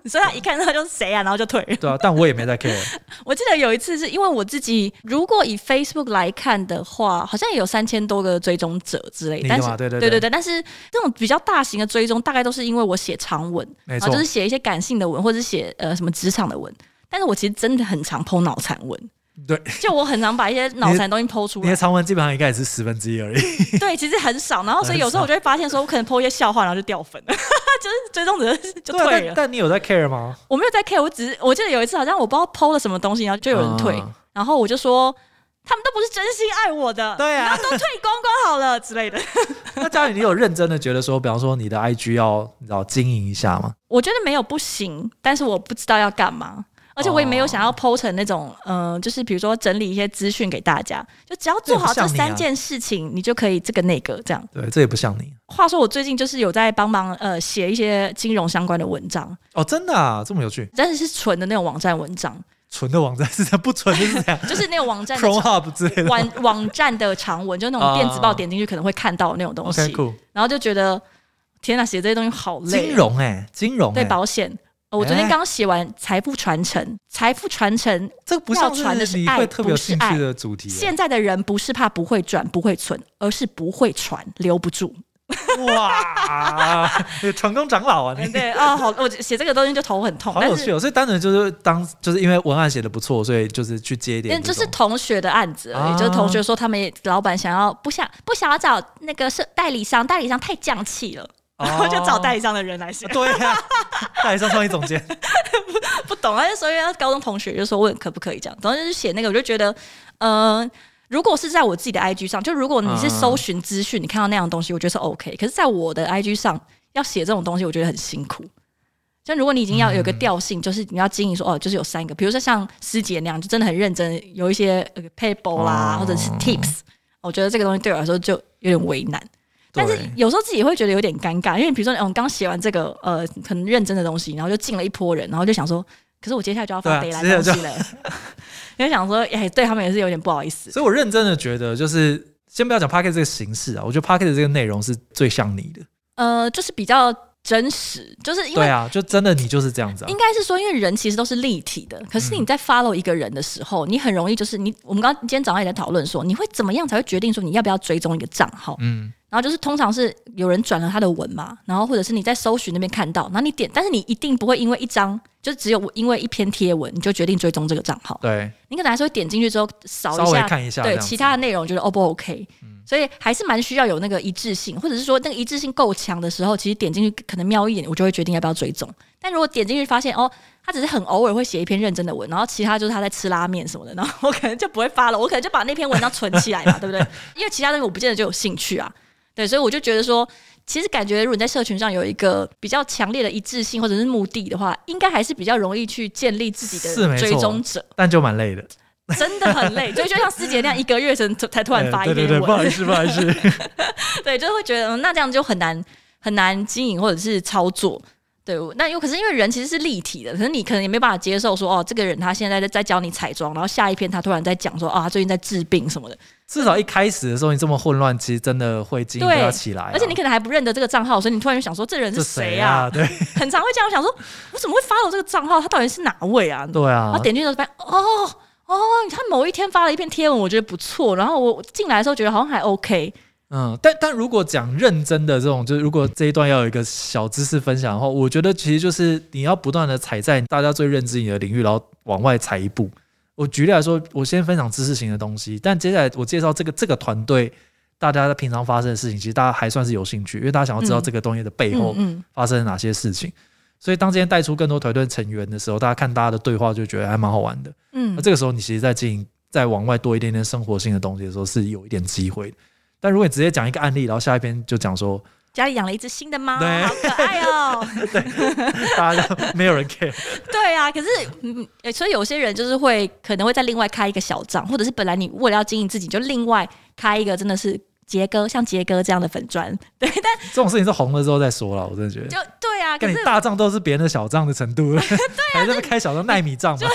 Speaker 1: 所以他一看到就是谁啊，然后就退了。
Speaker 2: 对啊，但我也没在 care，
Speaker 1: 我记得有一次是因为我自己，如果以 Facebook 来看的话，好像也有三千多个追踪者之类
Speaker 2: 你，
Speaker 1: 但
Speaker 2: 的
Speaker 1: 是
Speaker 2: 嘛，对对
Speaker 1: 对对，但是这种比较大型的追踪，大概都是因为我写长文，
Speaker 2: 没
Speaker 1: 然后
Speaker 2: 错
Speaker 1: 就，是写一些感性的文，或者是写呃什么职场的文。但是我其实真的很常剖脑残文， <laughs>
Speaker 2: 对，
Speaker 1: 就我很常把一些脑残的东西剖出
Speaker 2: 你的
Speaker 1: 来。
Speaker 2: 长文基本上应该也是十分之一而已。
Speaker 1: <laughs> 对，其实很少，然后所以有时候我就会发现说，我可能剖一些笑话，然后就掉粉了， <laughs> 就是追踪者就
Speaker 2: 对啊，
Speaker 1: 退
Speaker 2: 但
Speaker 1: 了。
Speaker 2: 但你有在 care 吗？
Speaker 1: 我没有在 care，我只是我记得有一次好像我不知道剖了什么东西，然后就有人退，
Speaker 2: 嗯
Speaker 1: 然后我就说他们都不是真心爱我
Speaker 2: <laughs>
Speaker 1: 的，
Speaker 2: 对啊
Speaker 1: 然后都退光光好了之类的。 <laughs>
Speaker 2: 那佳宇，你有认真的觉得说，比方说你的 IG 要你知道经营一下吗？
Speaker 1: 我觉得没有不行，但是我不知道要干嘛，而且我也没
Speaker 2: 哦
Speaker 1: 有想要剖成那种，嗯、就是比如说整理一些资讯给大家，就只要做好
Speaker 2: 这
Speaker 1: 这
Speaker 2: 也不像你啊
Speaker 1: 三件事情，你就可以这个那个这样。
Speaker 2: 对，这也不像你
Speaker 1: 话说我最近就是有在帮忙呃写一些金融相关的文章，
Speaker 2: 哦，真的啊，这么有趣，
Speaker 1: 但是是纯的那种网站文
Speaker 2: <laughs>
Speaker 1: 章，
Speaker 2: 纯的网站是这样，不纯就是
Speaker 1: <laughs>
Speaker 2: 这样
Speaker 1: 就是那种网站的
Speaker 2: <laughs>
Speaker 1: 长
Speaker 2: ，ProHub 之类的。
Speaker 1: 网网站的长文，就那种电子报点进去可能会看到的那种东西
Speaker 2: OK，cool，
Speaker 1: 然后就觉得天哪，写这些东西好累
Speaker 2: 金
Speaker 1: 哦。
Speaker 2: 融哎、金融、欸、
Speaker 1: 对保险。呃我昨天
Speaker 2: 哎
Speaker 1: 刚写完财富传承，财富传承
Speaker 2: 这个不像
Speaker 1: 要传的是
Speaker 2: 你
Speaker 1: 爱
Speaker 2: 会特别有
Speaker 1: 不是
Speaker 2: 兴
Speaker 1: 爱
Speaker 2: 趣的主题欸、
Speaker 1: 现在的人不是怕不会转、不会存，而是不会传，留不
Speaker 2: <laughs>
Speaker 1: 住。
Speaker 2: <laughs> 哇，你成功长老啊，你
Speaker 1: 对啊，好，我写这个东西就头很痛，
Speaker 2: 好
Speaker 1: 但
Speaker 2: 有趣
Speaker 1: 是
Speaker 2: 哦！所以单纯就是当就是因为文案写的不错，所以就是去接一点
Speaker 1: 但
Speaker 2: 这
Speaker 1: 嗯就
Speaker 2: 种，
Speaker 1: 是同学的案子而已，
Speaker 2: 啊
Speaker 1: 就是同学说他们也老板想要不想不想要找那个是代理商，代理商太犟气了，然 <laughs> 后就找代
Speaker 2: 理。
Speaker 1: 理商的人来写，
Speaker 2: 哦 <laughs> 对呀、代理商创意总监，
Speaker 1: 不懂，哎他就说因为他高中同学就说问可不可以这样，然后就是写那个，我就觉得，嗯、如果是在我自己的 IG 上，就如果你是搜寻资讯，你看到那样的东西，我觉得是 OK。可是，在我的 IG 上要写这种东西，我觉得很辛苦。就如果你已经要有一个调性，就是你要经营说哦，就是有三个，比如说像师姐那样，就真的很认真，有一些呃 paper 啦，
Speaker 2: 哦
Speaker 1: 或者是 tips，我觉得这个东西对我来说就有点为难。但是
Speaker 2: 对
Speaker 1: 有时候自己也会觉得有点尴尬，因为比如说，嗯，刚写完这个呃很认真的东西，然后就进了一波人，然后就想说，可是我接下来就要发
Speaker 2: 对
Speaker 1: 北
Speaker 2: 啊
Speaker 1: 兰东西了，
Speaker 2: <laughs>
Speaker 1: 因为想说，哎，对他们也是有点不好意思。
Speaker 2: 所以我认真的觉得，就是先不要讲 p a c k e t 这个形式啊，我觉得 p a c k e t 这个内容是最像你的。
Speaker 1: 呃，就是比较真实，就是因
Speaker 2: 对
Speaker 1: 为
Speaker 2: 啊，就真的你就是这样子啊
Speaker 1: 应。该是说，因为人其实都是立体的，可是
Speaker 2: 嗯
Speaker 1: 你在 follow 一个人的时候，你很容易就是你，我们刚今天早上也在讨论说，你会怎么样才会决定说你要不要追踪一个账号？
Speaker 2: 嗯，
Speaker 1: 然后就是通常是有人转了他的文嘛，然后或者是你在搜寻那边看到，然后你点，但是你一定不会因为一张，就只有因为一篇贴文你就决定追踪这个账号，
Speaker 2: 对，
Speaker 1: 你可能还是会点进去之后扫
Speaker 2: 稍
Speaker 1: 一
Speaker 2: 微
Speaker 1: 下，
Speaker 2: 看一下这
Speaker 1: 对
Speaker 2: 样子，嗯
Speaker 1: 其他的内容觉得 O 不 OK，、所以还是蛮需要有那个一致性，或者是说那个一致性够强的时候，其实点进去可能瞄一眼，我就会决定要不要追踪。但如果点进去发现哦，他只是很偶尔会写一篇认真的文，然后其他就是他在吃拉面什么的，然后我可能就不会发了，我可能就把那篇文章存起来嘛，对
Speaker 2: <laughs>
Speaker 1: 不对？因为其他东西我不见得就有兴趣啊，对，所以我就觉得说。其实感觉，如果你在社群上有一个比较强烈的一致性或者是目的的话，应该还是比较容易去建立自己
Speaker 2: 是
Speaker 1: 的
Speaker 2: 没错
Speaker 1: 追踪者。
Speaker 2: 但就蛮累的。
Speaker 1: 真的很
Speaker 2: <laughs>
Speaker 1: 累，就就像师姐那样，一个月才才突然发
Speaker 2: 呃哎对
Speaker 1: 一篇
Speaker 2: 对对，
Speaker 1: 文，
Speaker 2: 不好意思，不好意思。
Speaker 1: <laughs> 对，就会觉得、嗯那这样就很难很难经营或者是操作。对，我那有可是因为人其实是立体的，可是你可能也没办法接受说哦，这个人他现在在在教你彩妆，然后下一篇他突然在讲说啊，他最近在治病什么的，
Speaker 2: 至少一开始的时候你这么混乱，其实真的会经营不
Speaker 1: 对
Speaker 2: 到起来啊、
Speaker 1: 而且你可能还不认得这个账号，所以你突然就想说这人是
Speaker 2: 这
Speaker 1: 谁
Speaker 2: 谁
Speaker 1: 啊
Speaker 2: 啊？？对
Speaker 1: 很常会这样，我想说我怎么会 follow 这个账号？他到底是哪位啊？
Speaker 2: 对
Speaker 1: <laughs> 然
Speaker 2: 啊
Speaker 1: 后，点进去的时候发现，哦哦，他某一天发了一篇贴文，我觉得不错，然后我我进来的时候觉得好像还 OK，
Speaker 2: 嗯，但但如果讲认真的这种，就是如果这一段要有一个小知识分享的话，我觉得其实就是你要不断的踩在大家最认知你的领域，然后往外踩一步。我举例来说，我先分享知识型的东西，但接下来我介绍这个这个团队，大家在平常发生的事情，其实大家还算是有兴趣，因为大家想要知道
Speaker 1: 嗯
Speaker 2: 这个东西的背后
Speaker 1: 嗯嗯。
Speaker 2: 发生了哪些事情。所以当今天带出更多团队成员的时候，大家看大家的对话就觉得还蛮好玩的。
Speaker 1: 嗯
Speaker 2: 那这个时候，你其实在经营、再往外多一点点生活性的东西的时候，是有一点机会的。但如果你直接讲一个案例，然后下一篇就讲说
Speaker 1: 家里养了一只新的猫，
Speaker 2: 对
Speaker 1: 好可爱哦。
Speaker 2: 大家就没有人 care，
Speaker 1: <laughs>
Speaker 2: <laughs>
Speaker 1: 对啊，可是嗯，诶所以有些人就是会可能会再另外开一个小账，或者是本来你为了要经营自己，就另外开一个真的是杰哥像杰哥这样的粉砖，对，但
Speaker 2: 这种事情是红了之后再说了。我真的觉得，
Speaker 1: 就对啊，可
Speaker 2: 跟
Speaker 1: 是啊
Speaker 2: 你大账都是别人的小账的程
Speaker 1: <laughs>
Speaker 2: 度了，还在那边开小账奈米账嘛？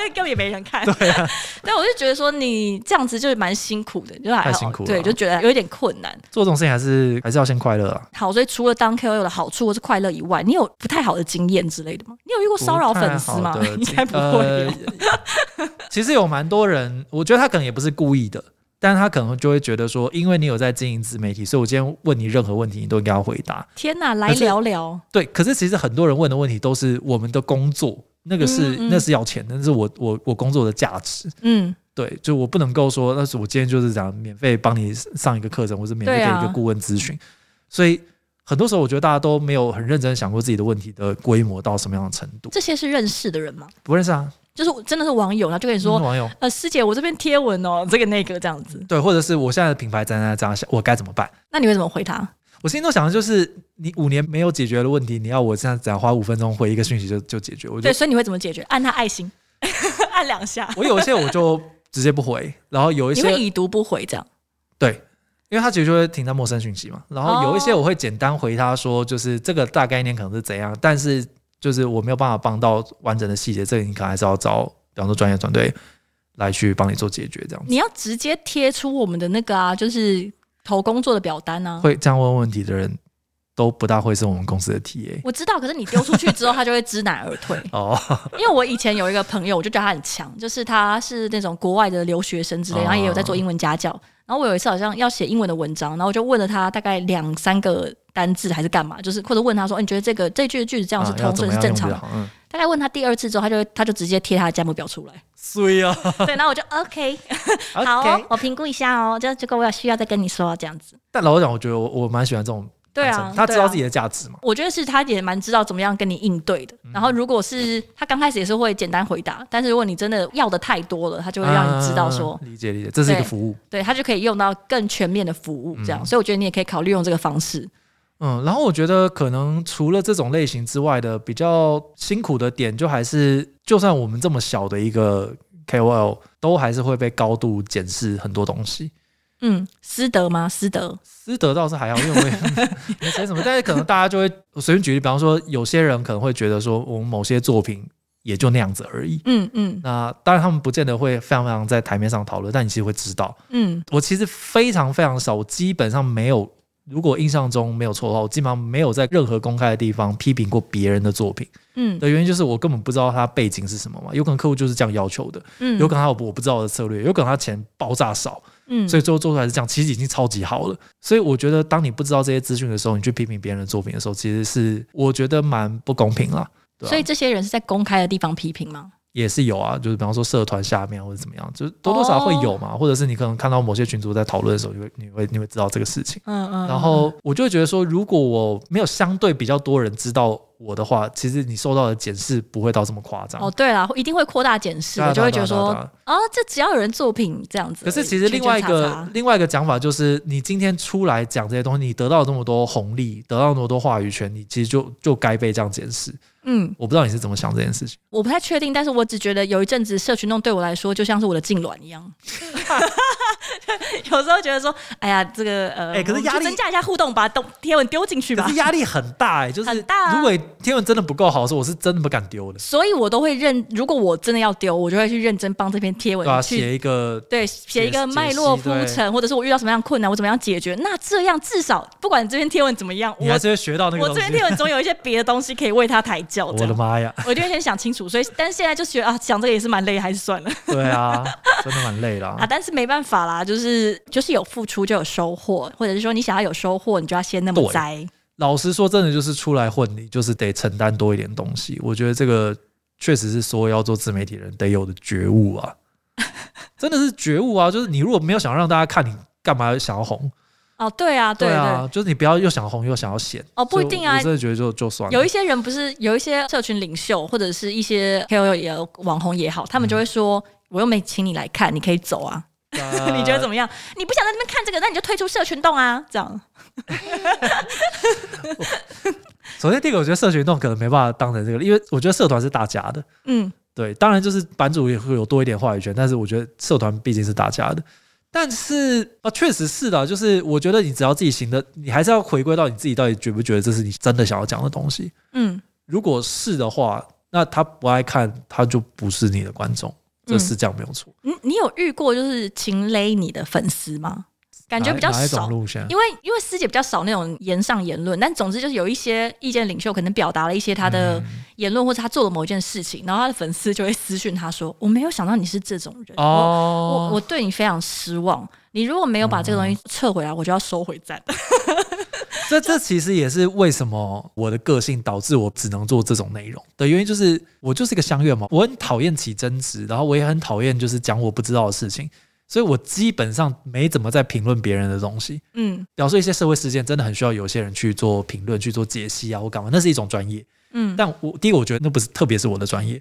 Speaker 1: 那根本也没人看，对啊，对，我就觉得说你这样子就是蛮辛苦的，就还好
Speaker 2: 太辛苦了
Speaker 1: 对，就觉得有一点困难。
Speaker 2: 做这种事情还是还是要先快乐啊。
Speaker 1: 好，所以除了当 KOL 的好处或是快乐以外， <laughs> 你有不太好的经验之类的吗？你有遇过骚扰粉丝吗
Speaker 2: 不太好？的
Speaker 1: 应该不会有。
Speaker 2: 呃 <laughs> 其实有蛮多人，我觉得他可能也不是故意的，但他可能就会觉得说，因为你有在经营自媒体，所以我今天问你任何问题，你都应该要回答。
Speaker 1: 天哪，来
Speaker 2: 可是
Speaker 1: 聊聊，
Speaker 2: 对，可是其实很多人问的问题都是我们的工作，那个是、
Speaker 1: 嗯嗯
Speaker 2: 那是要钱的，那是我我我工作的价值。
Speaker 1: 嗯，
Speaker 2: 对，就我不能够说，那是我今天就是讲免费帮你上一个课程，或是免费
Speaker 1: 对
Speaker 2: 给
Speaker 1: 啊
Speaker 2: 一个顾问咨询。所以很多时候，我觉得大家都没有很认真地想过自己的问题的规模到什么样的程度。
Speaker 1: 这些是认识的人吗？
Speaker 2: 不认识啊，
Speaker 1: 就是真的是网友，然后就跟你
Speaker 2: 你
Speaker 1: 说，
Speaker 2: 网友
Speaker 1: 呃，师姐，我这边贴文哦， <laughs> 这个那个这样子，
Speaker 2: 对，或者是我现在的品牌怎样怎样，我该怎么办？
Speaker 1: 那你会怎么回他？
Speaker 2: 我心中想的就是，你五年没有解决的问题，你要我现在只要花五分钟回一个讯息就就解决，我就
Speaker 1: 对，所以你会怎么解决？按他爱心， <laughs> 按两下，
Speaker 2: 我有一些我就直接不回，然后有一
Speaker 1: 你
Speaker 2: 些
Speaker 1: 会已读不回这样。
Speaker 2: 对，因为他其实就会停在陌生讯息嘛。然后有
Speaker 1: 哦
Speaker 2: 一些我会简单回他说，就是这个大概念可能是怎样，但是就是我没有办法帮到完整的细节，这个你可能还是要找，比方说专业团队来去帮你做解决，这样子
Speaker 1: 你要直接贴出我们的那个啊，就是投工作的表单啊。
Speaker 2: 会这样问问题的人都不大会是我们公司的 TA
Speaker 1: 我知道，可是你丢出去之后，他就会知难而退。
Speaker 2: 哦， <laughs>
Speaker 1: <laughs> 因为我以前有一个朋友，我就觉得他很强，就是他是那种国外的留学生之类，
Speaker 2: 哦
Speaker 1: 然后也有在做英文家教。然后我有一次好像要写英文的文章，然后我就问了他大概两三个单字还是干嘛，就是或者问他说，哎你觉得这个这句的句子这样是
Speaker 2: 啊要
Speaker 1: 通顺、
Speaker 2: 怎么
Speaker 1: 是
Speaker 2: 样
Speaker 1: 正
Speaker 2: 用
Speaker 1: 常
Speaker 2: 比
Speaker 1: 的
Speaker 2: 较？好？嗯，
Speaker 1: 大概问他第二次之后，他就他就直接贴他的价目表出来。
Speaker 2: <laughs> 对啊
Speaker 1: 对，然后我就 OK，好 <laughs> 哦、
Speaker 2: ，OK。
Speaker 1: 我评估一下哦，这这个我有需要再跟你说这样子。
Speaker 2: 但老实讲，我觉得我我蛮喜欢这种
Speaker 1: 对
Speaker 2: 男
Speaker 1: 啊
Speaker 2: 生，他知道自
Speaker 1: 己。
Speaker 2: 己的价值嘛。
Speaker 1: 我觉得是他也蛮知道怎么样跟你应对的。
Speaker 2: 嗯
Speaker 1: 然后如果是他刚开始也是会简单回答，但是如果你真的要的太多了，他就会让你知道说，
Speaker 2: 啊理解理解，这是一个
Speaker 1: 对
Speaker 2: 服务。
Speaker 1: 对他就可以用到更全面的服务这样。所以我觉得你也可以考虑用这个方式。
Speaker 2: 嗯，然后我觉得可能除了这种类型之外的比较辛苦的点，就还是就算我们这么小的一个 KOL，都还是会被高度检视很多东西。
Speaker 1: 嗯，师德吗？师德，
Speaker 2: 私德倒是还好，因为我也 <laughs> 没写什么，但是可能大家就会我随便举例，比方说有些人可能会觉得说，我们某些作品也就那样子而已。
Speaker 1: 嗯嗯
Speaker 2: 那当然，他们不见得会非常非常在台面上讨论，但你其实会知道，
Speaker 1: 嗯，
Speaker 2: 我其实非常非常少，我基本上没有，如果印象中没有错的话，我基本上没有在任何公开的地方批评过别人的作品。
Speaker 1: 嗯
Speaker 2: 的原因就是我根本不知道他背景是什么嘛，有可能客户就是这样要求的，
Speaker 1: 嗯，
Speaker 2: 有可能他有我不知道的策略，有可能他钱爆炸少，
Speaker 1: 嗯，
Speaker 2: 所以最后做出来是这样，其实已经超级好了。所以我觉得，当你不知道这些资讯的时候，你去批评别人的作品的时候，其实是我觉得蛮不公平啦。对啊
Speaker 1: 所以这些人是在公开的地方批评吗？
Speaker 2: 也是有啊，就是比方说社团下面或者怎么样，就是多多少少会有嘛，或者是你可能看到某些群组在讨论的时候，你会你会你会知道这个事情。
Speaker 1: 嗯嗯
Speaker 2: 然后我就会觉得说，如果我没有相对比较多人知道我的话，其实你受到的检视不会到这么夸张。
Speaker 1: 哦，对了，一定会扩大检视，
Speaker 2: 对啊，
Speaker 1: 我就会觉得
Speaker 2: 对啊
Speaker 1: 说
Speaker 2: 对啊对啊
Speaker 1: 啊，这只要有人作品这样子而
Speaker 2: 可
Speaker 1: 已。
Speaker 2: 是其实另外一
Speaker 1: 圈
Speaker 2: 个
Speaker 1: 圈叉叉
Speaker 2: 另外一个讲法就是，你今天出来讲这些东西，你得到这么多红利，得到那么多话语权，你其实就就该被这样检视。
Speaker 1: 嗯，
Speaker 2: 我不知道你是怎么想这件事情。
Speaker 1: 我不太确定，但是我只觉得有一阵子社群弄对我来说就像是我的痉挛一样， <laughs> 有时候觉得说，哎呀，这个呃，
Speaker 2: 哎可是
Speaker 1: 我们去
Speaker 2: 压力
Speaker 1: 增加一下互动，把动贴文丢进去
Speaker 2: 可
Speaker 1: 吧
Speaker 2: 是。压力很大哎、就是
Speaker 1: 啊很大啊
Speaker 2: 如果天文真的不够好的时候，我是真的不敢丢的，
Speaker 1: 所以我都会认，如果我真的要丢，我就会去认真帮这篇贴
Speaker 2: 对
Speaker 1: 文
Speaker 2: 吧、
Speaker 1: 去。
Speaker 2: 写一个
Speaker 1: 对，写一个脉络铺
Speaker 2: 解析
Speaker 1: 陈，或者是我遇到什么样的困难，我怎么样解决？那这样至少不管这篇贴文怎么样，
Speaker 2: 你还
Speaker 1: 我
Speaker 2: 是会学到那个
Speaker 1: 我
Speaker 2: 东
Speaker 1: 这
Speaker 2: 西。
Speaker 1: 篇贴文总有一些别的东西可以为他抬轿。这
Speaker 2: 我
Speaker 1: 样
Speaker 2: 的妈呀！
Speaker 1: 我就会先想清楚，所以但是现在就觉得啊，想这个也是蛮累，还是算了
Speaker 2: 对啊，真的蛮累啦。
Speaker 1: 啊。但是没办法啦，就是就是有付出就有收获，或者是说你想要有收获，你就要先那么
Speaker 2: 对
Speaker 1: 栽。
Speaker 2: 老实说，真的就是出来混，你就是得承担多一点东西。我觉得这个确实是所有要做自媒体的人得有的觉悟
Speaker 1: <laughs>
Speaker 2: 啊，真的是觉悟啊！就是你如果没有想让大家看你，干嘛想要红？
Speaker 1: 哦，对啊，对
Speaker 2: 啊，就是你不要又想红又想要显。
Speaker 1: 哦不一定啊
Speaker 2: 所以我真的觉得就就算了。
Speaker 1: 有一些人不是有一些社群领袖或者是一些 KOL 也有网红也好，他们就会说。我又没请你来看，你可以走啊！
Speaker 2: 呃
Speaker 1: <laughs> 你觉得怎么样？你不想在那边看这个，那你就退出社群洞啊！这样，
Speaker 2: 呃首先第一个，我觉得社群运动可能没办法当成这个，因为我觉得社团是大家的。
Speaker 1: 嗯，
Speaker 2: 对，当然就是版主也会有多一点话语权，但是我觉得社团毕竟是大家的。但是啊，确实是的啊，就是我觉得你只要自己行的，你还是要回归到你自己到底觉不觉得这是你真的想要讲的东西。
Speaker 1: 嗯，
Speaker 2: 如果是的话，那他不爱看，他就不是你的观众，这
Speaker 1: 嗯
Speaker 2: 是这样没有错。
Speaker 1: 你你有遇过就是情勒你的粉丝吗？感觉比较
Speaker 2: 哪一
Speaker 1: 少
Speaker 2: 种。路线？
Speaker 1: 因为因为师姐比较少那种言上言论，但总之就是有一些意见领袖可能表达了一些他
Speaker 2: 嗯
Speaker 1: 的言论，或者他做了某一件事情，然后他的粉丝就会私讯他说：“我没有想到你是这种人，我我
Speaker 2: 哦，
Speaker 1: 我对你非常失望。你如果没有把这个东西撤回来，我就要收回赞。
Speaker 2: <laughs> 这这其实也是为什么我的个性导致我只能做这种内容的原因，就是我就是一个乡愿嘛，我很讨厌起争执，然后我也很讨厌就是讲我不知道的事情，所以我基本上没怎么在评论别人的东西。
Speaker 1: <laughs> 嗯
Speaker 2: 表示一些社会事件，真的很需要有些人去做评论、去做解析啊，或干嘛，那是一种专业。
Speaker 1: 嗯，
Speaker 2: 但我第一个，我觉得那不是，特别是我的专业，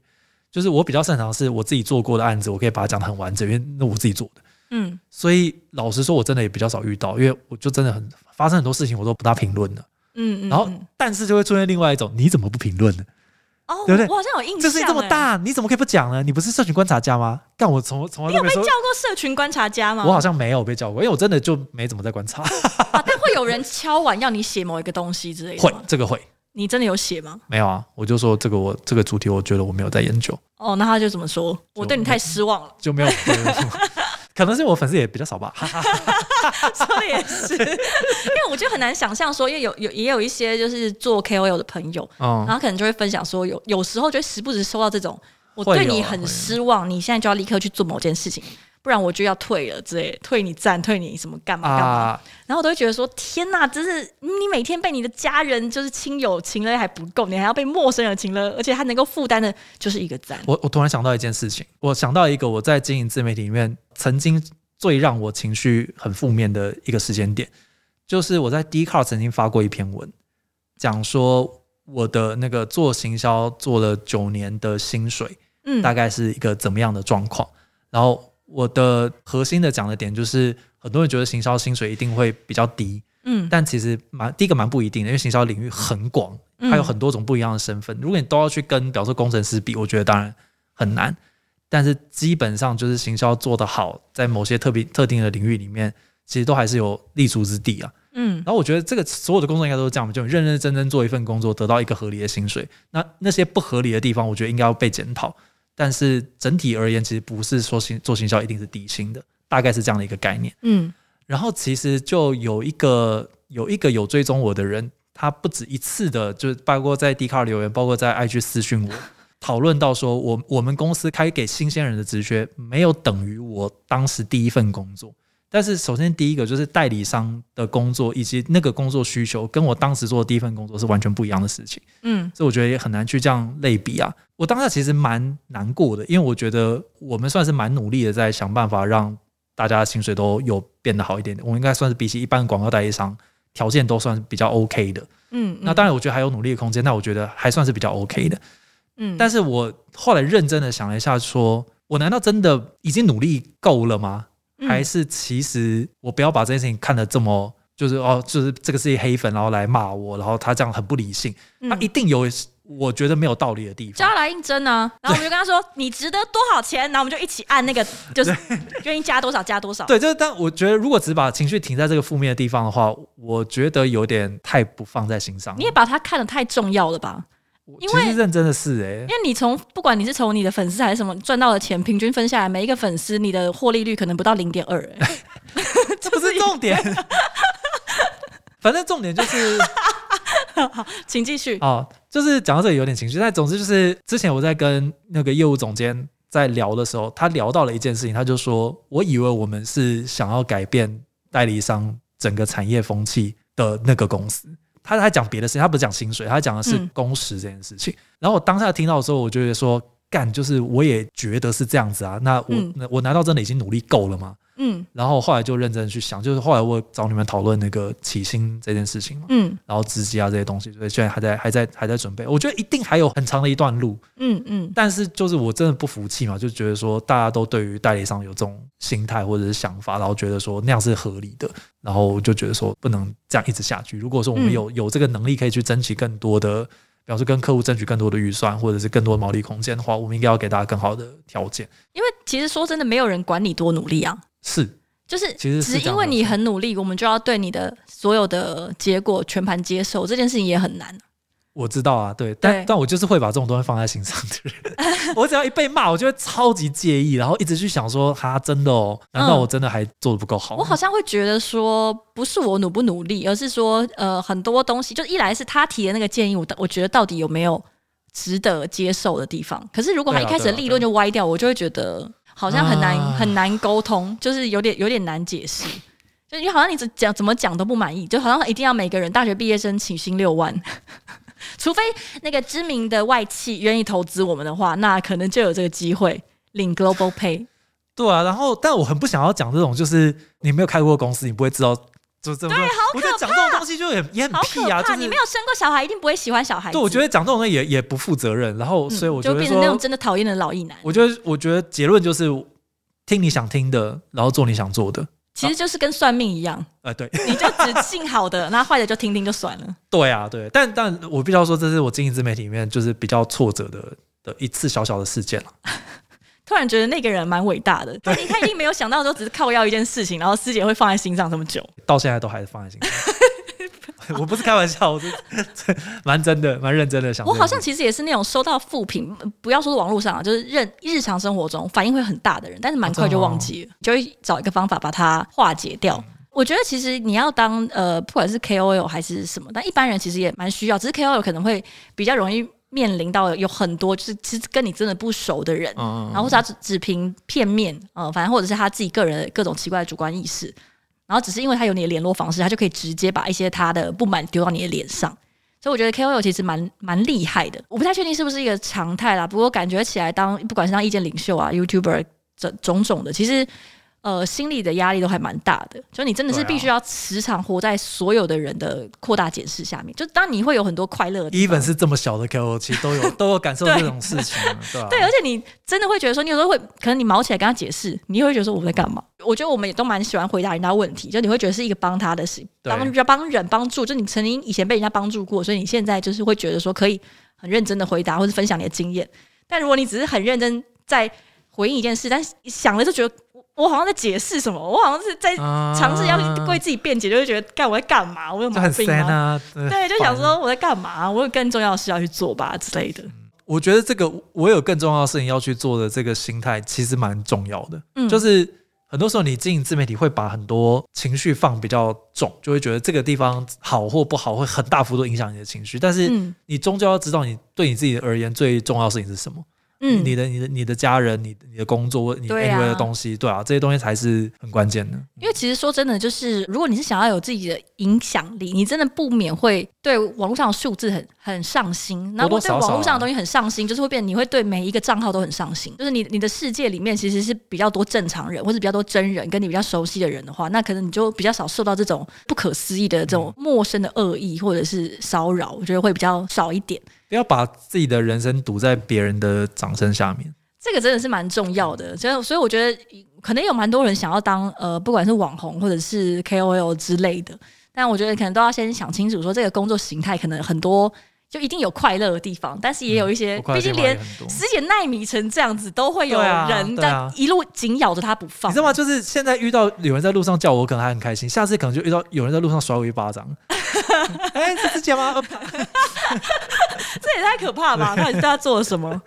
Speaker 2: 就是我比较擅长的是我自己做过的案子，我可以把它讲得很完整，因为那我自己做的。
Speaker 1: 嗯
Speaker 2: 所以老实说，我真的也比较少遇到，因为我就真的很发生很多事情，我都不大评论的。
Speaker 1: 嗯嗯。
Speaker 2: 然后
Speaker 1: 嗯，
Speaker 2: 但是就会出现另外一种，你怎么不评论呢？
Speaker 1: 哦，
Speaker 2: 对不对
Speaker 1: 我好像有印象、欸，
Speaker 2: 这事情这么，大，你怎么可以不讲呢？你不是社群观察家吗？但我从从来都没说
Speaker 1: 叫，过社群观察家吗？
Speaker 2: 我好像没有被叫过，因为我真的就没怎么在观察。
Speaker 1: 啊，但会有人敲碗要你写某一个东西之类的
Speaker 2: 会
Speaker 1: 吗？
Speaker 2: 这个会
Speaker 1: 你真的有写吗？
Speaker 2: 没有啊？我就说这个我这个主题，我觉得我没有在研究。
Speaker 1: 哦，那他就怎么说？我对你太失望了，
Speaker 2: 就没有 <laughs> 可能是我粉丝也比较少吧。哈哈
Speaker 1: <laughs> 说的也
Speaker 2: <laughs>
Speaker 1: 是，因为我就很难想象说，因为有有也有一些就是做 KOL 的朋友，然
Speaker 2: 嗯，
Speaker 1: 后可能就会分享说，有有时候就会时不时收到这种，我
Speaker 2: 会有啊
Speaker 1: 对你很失望，你现在就要立刻去做某件事情，不然我就要退了之类的，退你赞，退你什么干嘛干嘛。
Speaker 2: 啊，
Speaker 1: 然后我都会觉得说，天呐，真是你每天被你的家人就是亲友情了还不够，你还要被陌生人情了，而且他能够负担的就是一个赞。
Speaker 2: 我我突然想到一件事情，我想到一个我在经营自媒体里面曾经最让我情绪很负面的一个时间点，就是我在 d c a r 曾经发过一篇文，讲说我的那个做行销做了九年的薪水，
Speaker 1: 嗯
Speaker 2: 大概是一个怎么样的状况。然后我的核心的讲的点就是，很多人觉得行销薪水一定会比较低，
Speaker 1: 嗯
Speaker 2: 但其实蛮第一个蛮不一定的，因为行销领域很广，
Speaker 1: 嗯
Speaker 2: 它有很多种不一样的身份。如果你都要去跟，比方说工程师比，我觉得当然很难。但是基本上就是行销做得好，在某些特别特定的领域里面，其实都还是有立足之地啊。
Speaker 1: 嗯
Speaker 2: 然后我觉得这个所有的工作应该都是这样，就你认认真真做一份工作，得到一个合理的薪水。那那些不合理的地方，我觉得应该要被检讨。但是整体而言，其实不是说行做行销一定是低薪的，大概是这样的一个概念。
Speaker 1: 嗯
Speaker 2: 然后其实就有一个有一个有追踪我的人，他不止一次的，就是包括在 d 卡留言，包括在 IG 私讯我， <laughs> 讨论到说我我们公司开给新鲜人的职缺，没有等于我当时第一份工作。但是首先第一个就是代理商的工作以及那个工作需求，跟我当时做的第一份工作是完全不一样的事情。
Speaker 1: 嗯
Speaker 2: 所以我觉得也很难去这样类比啊。我当下其实蛮难过的，因为我觉得我们算是蛮努力的，在想办法让大家的薪水都有变得好一点点。我们应该算是比起一般广告代理商，条件都算是比较 OK 的。
Speaker 1: 嗯，
Speaker 2: 那当然，我觉得还有努力的空间，那我觉得还算是比较 OK 的。
Speaker 1: 嗯，
Speaker 2: 但是我后来认真的想了一下说我难道真的已经努力够了吗？
Speaker 1: 嗯
Speaker 2: 还是其实我不要把这件事情看得这么，就是哦，就是这个是一黑粉，然后来骂我，然后他这样很不理性，
Speaker 1: 嗯
Speaker 2: 他一定有我觉得没有道理的地
Speaker 1: 叫他
Speaker 2: 方。
Speaker 1: 来应征啊，然后我们就跟他说你值得多少钱，然后我们就一起按那个就是愿意加多少加多少。
Speaker 2: 对，就是但我觉得如果只把情绪停在这个负面的地方的话，我觉得有点太不放在心上了。
Speaker 1: 你也把它看得太重要了吧？
Speaker 2: 我
Speaker 1: 因
Speaker 2: 其实
Speaker 1: 为
Speaker 2: 认真的是哎、
Speaker 1: 因为你从不管你是从你的粉丝还是什么赚到的钱，平均分下来，每一个粉丝你的获利率可能不到零点二，
Speaker 2: <laughs>
Speaker 1: 欸
Speaker 2: 这不是重点。 <laughs> 反正重点就是
Speaker 1: 请继续。
Speaker 2: 哦，就是讲到这里有点情绪，但总之就是之前我在跟那个业务总监在聊的时候，他聊到了一件事情，他就说：“我以为我们是想要改变代理商整个产业风气的那个公司。”他还讲别的事情，他不是讲薪水，他讲的是
Speaker 1: 嗯
Speaker 2: 工时这件事情。然后我当下听到的时候，我就觉得说：“干，就是我也觉得是这样子啊，那我、
Speaker 1: 嗯
Speaker 2: 那我难道真的已经努力够了吗
Speaker 1: 嗯？”
Speaker 2: 然后后来就认真地去想，就是后来我找你们讨论那个起薪这件事情嘛。
Speaker 1: 嗯
Speaker 2: 然后资金啊这些东西，所以现在还在还在还在准备。我觉得一定还有很长的一段路，
Speaker 1: 嗯嗯
Speaker 2: 但是就是我真的不服气嘛，就觉得说大家都对于代理商有这种心态或者是想法，然后觉得说那样是合理的，然后我就觉得说不能这样一直下去。如果说我们
Speaker 1: 嗯
Speaker 2: 有、有这个能力可以去争取更多的，比方说跟客户争取更多的预算或者是更多的毛利空间的话，我们应该要给大家更好的条件。
Speaker 1: 因为其实说真的，没有人管你多努力啊，
Speaker 2: 是，
Speaker 1: 就是
Speaker 2: 其实是
Speaker 1: 只
Speaker 2: 这
Speaker 1: 因
Speaker 2: 样
Speaker 1: 为
Speaker 2: 的
Speaker 1: 你很努力，我们就要对你的所有的结果全盘接受，这件事情也很难。
Speaker 2: 我知道啊，对，但
Speaker 1: 对
Speaker 2: 但我就是会把这种东西放在心上的人。 <laughs> 我只要一被骂，我就会超级介意，然后一直去想说，哈，真的哦，难道
Speaker 1: 嗯
Speaker 2: 我真的还做的不够好吗？
Speaker 1: 我好像会觉得说，不是我努不努力，而是说，呃，很多东西，就一来是他提的那个建议，我到我觉得到底有没有值得接受的地方。可是如果他一
Speaker 2: 对啊
Speaker 1: 开始的
Speaker 2: 对啊
Speaker 1: 立论就歪掉，我就会觉得好像很难、
Speaker 2: 啊
Speaker 1: 很难沟通，就是有点有点难解释。就因为好像你怎讲怎么讲都不满意，就好像一定要每个人大学毕业生起薪六万， <laughs> 除非那个知名的外企愿意投资我们的话，那可能就有这个机会领 Global Pay。
Speaker 2: 对啊，然后但我很不想要讲这种，就是你没有开过公司，你不会知道，就这种。对，好我觉得讲这种东西就很也很
Speaker 1: 好可
Speaker 2: 屁啊，
Speaker 1: 怕！
Speaker 2: 就是
Speaker 1: 你没有生过小孩，一定不会喜欢小孩子。
Speaker 2: 对，我觉得讲这种东西也也不负责任。然后，
Speaker 1: 嗯，
Speaker 2: 所以我觉
Speaker 1: 就
Speaker 2: 得
Speaker 1: 变成那
Speaker 2: 说
Speaker 1: 种，真的讨厌的老一男，
Speaker 2: 我觉得我觉得结论就是听你想听的，然后做你想做的。
Speaker 1: 其实就是跟算命一样，
Speaker 2: 呃，对，
Speaker 1: 你就
Speaker 2: <laughs>
Speaker 1: 只信好的，那坏的就听听就算了。
Speaker 2: 对啊，对。但但我必须要说，这是我经营自媒体里面就是比较挫折的的一次小小的事件了。
Speaker 1: 突然觉得那个人蛮伟大的，他他一定没有想到说只是靠要一件事情，然后师姐会放在心上这么久。
Speaker 2: 到现在都还是放在心上。我 <laughs> 不是开玩笑，我是蛮真的，蛮认真的想这
Speaker 1: 我
Speaker 2: 件事。
Speaker 1: 好像其实也是那种收到负评，呃不要说是网络上啊，就是认日常生活中反应会很大的人，但是
Speaker 2: 哦
Speaker 1: 蛮快就忘记了，就会找一个方法把它化解
Speaker 2: 嗯
Speaker 1: 掉。我觉得其实你要当呃，不管是 KOL 还是什么，但一般人其实也蛮需要，只是 KOL 可能会比较容易面临到有很多就是其实跟你真的不熟的人，
Speaker 2: 嗯，嗯，
Speaker 1: 然后或者他只只凭片面，呃，反正或者是他自己个人的各种奇怪的主观意识，然后只是因为他有你的联络方式，他就可以直接把一些他的不满丢到你的脸上。所以我觉得 KOL 其实蛮蛮厉害的，我不太确定是不是一个常态啦，不过感觉起来当不管是当意见领袖啊、YouTuber 这种种的，其实呃心理的压力都还蛮大的，就你真的是
Speaker 2: 对啊
Speaker 1: 必须要时常活在所有的人的扩大检视下面，就当你会有很多快乐的地方
Speaker 2: even 是这么小的 KOL，其实都有都有感受这种事情啊，对吧、
Speaker 1: 对，而且你真的会觉得说，你有时候会可能你毛起来跟他解释，你会觉得说我们在干嘛？我觉得我们也都蛮喜欢回答人家问题，就你会觉得是一个帮他的事，
Speaker 2: 对
Speaker 1: 帮帮人帮助，就你曾经以前被人家帮助过，所以你现在就是会觉得说可以很认真的回答或者分享你的经验。但如果你只是很认真在回应一件事，但是想了就觉得我我好像在解释什么，我好像是在
Speaker 2: 啊
Speaker 1: 尝试要为自己辩解，就会觉得干我在干嘛？我有
Speaker 2: 就
Speaker 1: 毛
Speaker 2: 很
Speaker 1: 病
Speaker 2: sad
Speaker 1: 吗？
Speaker 2: 啊，
Speaker 1: 对，就想
Speaker 2: 烦。
Speaker 1: 说我在干嘛？我有更重要的事要去做吧之类的。
Speaker 2: 我觉得这个我有更重要的事情要去做的这个心态，其实蛮重要的。
Speaker 1: 嗯
Speaker 2: 就是很多时候你经营自媒体会把很多情绪放比较重，就会觉得这个地方好或不好，会很大幅度影响你的情绪。但是
Speaker 1: 嗯
Speaker 2: 你终究要知道，你对你自己而言最重要的事情是什么。
Speaker 1: 嗯
Speaker 2: 你的、你的、你的家人、你你的工作、你
Speaker 1: 对啊
Speaker 2: anyway 的东西，对啊，这些东西才是很关键的。
Speaker 1: 因为其实说真的，就是如果你是想要有自己的影响力，你真的不免会对网络上的数字很很上心，然后
Speaker 2: 多多
Speaker 1: 对
Speaker 2: 少少啊
Speaker 1: 网络上的东西很上心，就是会变，你会对每一个账号都很上心。就是你你的世界里面其实是比较多正常人，或者比较多真人，跟你比较熟悉的人的话，那可能你就比较少受到这种不可思议的这种陌生的恶意或者是骚扰，我觉得会比较少一点。
Speaker 2: 不要把自己的人生赌在别人的掌声下面。
Speaker 1: 这个真的是蛮重要的，所以所以我觉得可能有蛮多人想要当呃，不管是网红或者是 KOL 之类的，但我觉得可能都要先想清楚，说这个工作形态可能很多就一定有快乐的地方，但是也有一些，
Speaker 2: 不嗯快乐
Speaker 1: 毕
Speaker 2: 的
Speaker 1: 竟
Speaker 2: 地方也
Speaker 1: 连
Speaker 2: 很多。
Speaker 1: 十姐耐米成这样子，都会有
Speaker 2: 对啊
Speaker 1: 人
Speaker 2: 对啊
Speaker 1: 在一路紧咬着他不放，
Speaker 2: 你知道吗？就是现在遇到有人在路上叫我，我可能还很开心；下次可能就遇到有人在路上甩我一巴掌。
Speaker 1: <laughs>
Speaker 2: 哎、这是姐吗？呃
Speaker 1: <laughs> 这也太可怕了吧！到底是他做了什
Speaker 2: <laughs>
Speaker 1: 么？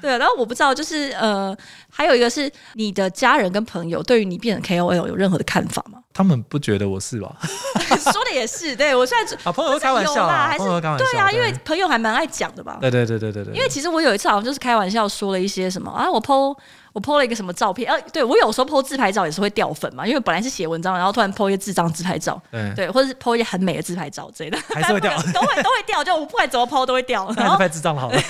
Speaker 1: 对，啊然后我不知道，就是呃，还有一个是你的家人跟朋友对于你变成 KOL 有任何的看法吗？
Speaker 2: 他们不觉得我是吧？
Speaker 1: <laughs> 说的也是，对我虽然
Speaker 2: 啊，朋友会开玩
Speaker 1: 有
Speaker 2: 笑
Speaker 1: 啦
Speaker 2: 啊，
Speaker 1: 还是
Speaker 2: 朋友会开玩笑。
Speaker 1: 对啊，因为朋友还蛮爱讲的吧。
Speaker 2: 对对对对对对，
Speaker 1: 因为其实我有一次好像就是开玩笑说了一些什么啊，我 PO 我 PO 了一个什么照片，呃、对我有时候 PO 自拍照也是会掉粉嘛，因为本来是写文章，然后突然 PO 一些智障自拍照，
Speaker 2: 对
Speaker 1: 对，或者是 PO 一些很美的自拍照之类的，
Speaker 2: 哎
Speaker 1: <laughs>
Speaker 2: 还是会掉
Speaker 1: 都会都会掉，就我不管怎么 PO 都会
Speaker 2: <laughs>
Speaker 1: 掉。
Speaker 2: 那
Speaker 1: 然
Speaker 2: 还是
Speaker 1: 后
Speaker 2: 拍智障了好了。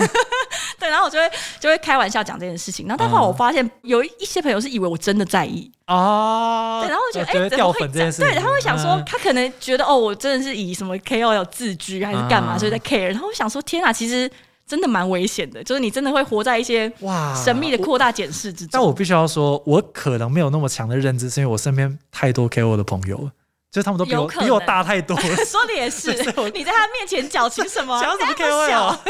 Speaker 1: 对，然后我就会就会开玩笑讲这件事情，然后但
Speaker 2: 哦
Speaker 1: 后来我发现有一些朋友是以为我真的在意，
Speaker 2: 啊，
Speaker 1: 对，然后我觉
Speaker 2: 就
Speaker 1: 得哎、
Speaker 2: 觉得
Speaker 1: 怎么
Speaker 2: 掉
Speaker 1: 会
Speaker 2: 粉
Speaker 1: 这
Speaker 2: 这件
Speaker 1: 样？
Speaker 2: 事情，
Speaker 1: 对，他会想说，
Speaker 2: 嗯
Speaker 1: 他可能觉得哦，我真的是以什么 KOL 自居还是干嘛，
Speaker 2: 嗯
Speaker 1: 所以在 care。然后我想说，天啊，其实真的蛮危险的，就是你真的会活在一些
Speaker 2: 哇
Speaker 1: 神秘的
Speaker 2: 我
Speaker 1: 扩大检视之中。
Speaker 2: 但我必须要说，我可能没有那么强的认知，是因为我身边太多 KO 的朋友了，就是他们都比
Speaker 1: 有
Speaker 2: 我
Speaker 1: 可能。
Speaker 2: 比我大太多了
Speaker 1: <laughs> 说的也
Speaker 2: <laughs>
Speaker 1: 是，你在他面前矫情什么？
Speaker 2: 想要什么
Speaker 1: 人家不
Speaker 2: KOL
Speaker 1: 哦小
Speaker 2: 啊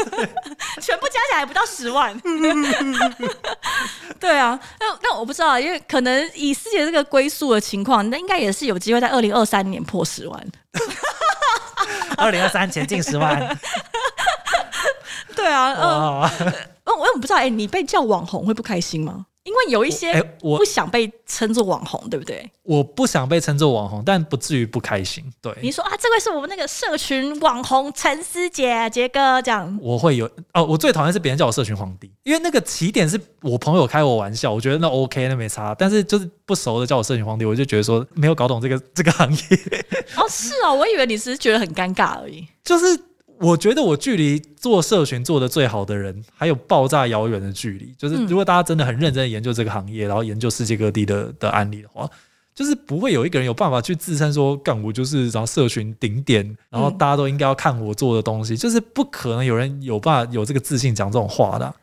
Speaker 1: 全部加起来不到十万。 <laughs> 对啊，那那我不知道，啊，因为可能以师姐这个归宿的情况，那应该也是有机会在二零二三年破十万。
Speaker 2: 二零二三前进十万，
Speaker 1: 对啊，嗯，
Speaker 2: 哇，
Speaker 1: 我我也不知道，哎、你被叫网红会不开心吗？因为有一
Speaker 2: 哎、
Speaker 1: 些
Speaker 2: 我哎
Speaker 1: 不想被称作网红，对不对？
Speaker 2: 我不想被称作网红，但不至于不开心。
Speaker 1: 你
Speaker 2: 对，
Speaker 1: 说啊，这位是我们那个社群网红陈思杰杰哥这样，
Speaker 2: 我会有哦，我最讨厌是别人叫我社群皇帝，因为那个起点是我朋友开我玩笑，我觉得那 OK，那没差。但是就是不熟的叫我社群皇帝，我就觉得说没有搞懂这个这个行业，
Speaker 1: 哦，是哦，我以为你只是觉得很尴尬而已。
Speaker 2: 就是。我觉得我距离做社群做的最好的人，还有爆炸遥远的距离。就是
Speaker 1: 嗯
Speaker 2: 如果大家真的很认真地研究这个行业，然后研究世界各地的的案例的话，就是不会有一个人有办法去自称说，干我就是然后社群顶点，然后
Speaker 1: 嗯
Speaker 2: 大家都应该要看我做的东西，就是不可能有人有办法有这个自信讲这种话的啊、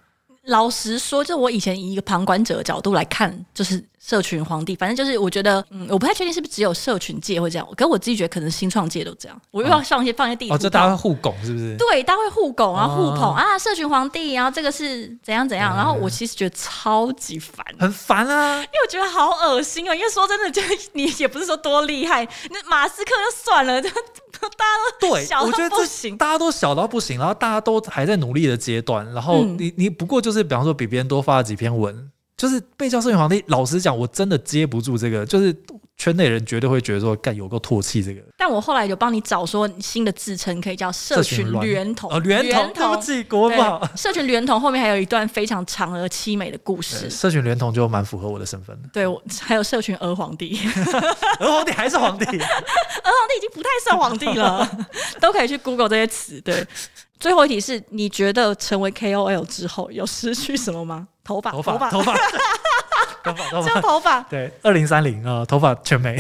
Speaker 1: 老实说，就我以前以一个旁观者的角度来看，就是社群皇帝，反正就是我觉得，嗯，我不太确定是不是只有社群界会这样，可是我自己觉得可能新创界都这样。我又要上一些放一些地图
Speaker 2: 哦，
Speaker 1: 炮，
Speaker 2: 这大家会互拱是不是？
Speaker 1: 对，大家会互拱，然后互
Speaker 2: 哦嗯
Speaker 1: 捧、啊，社群皇帝，然后这个是怎样怎样，然后我其实觉得超级烦，
Speaker 2: 很烦啊！
Speaker 1: 因为我觉得好恶心哦。因为说真的，就你也不是说多厉害，那马斯克就算了， <laughs> 就大家
Speaker 2: <laughs> 对，
Speaker 1: 小到
Speaker 2: 我觉得
Speaker 1: 不
Speaker 2: 这
Speaker 1: 行
Speaker 2: 大家都小到不行，然后大家都还在努力的阶段，然后
Speaker 1: 嗯
Speaker 2: 你、你不过就是比方说比别人多发了几篇文，就是被叫社群皇帝。老实讲，我真的接不住这个，就是圈内人绝对会觉得说，干有够唾弃这个
Speaker 1: 但我后来有帮你找说新的自称，可以叫社群
Speaker 2: 娈
Speaker 1: 娈头。
Speaker 2: 哦，源头，对不起，国文不好。
Speaker 1: 对，
Speaker 2: <laughs>
Speaker 1: 社群娈头后面还有一段非常长而凄美的故
Speaker 2: 对
Speaker 1: 事。
Speaker 2: 社群连同就蛮符合我的身份的， <laughs>
Speaker 1: 对，我还有社群儿皇帝，儿
Speaker 2: 而皇帝还
Speaker 1: <laughs>
Speaker 2: 是皇帝，
Speaker 1: 皇帝已经不太算皇帝了， <laughs> 都可以去 Google 这些词。对，最后一题是你觉得成为 KOL 之后有失去什么吗？头发，
Speaker 2: 头
Speaker 1: 头
Speaker 2: 发，
Speaker 1: 发，<laughs>
Speaker 2: 头发，头发，头
Speaker 1: 只有
Speaker 2: 发，
Speaker 1: 头发，
Speaker 2: 对，二零三零啊，头发全没。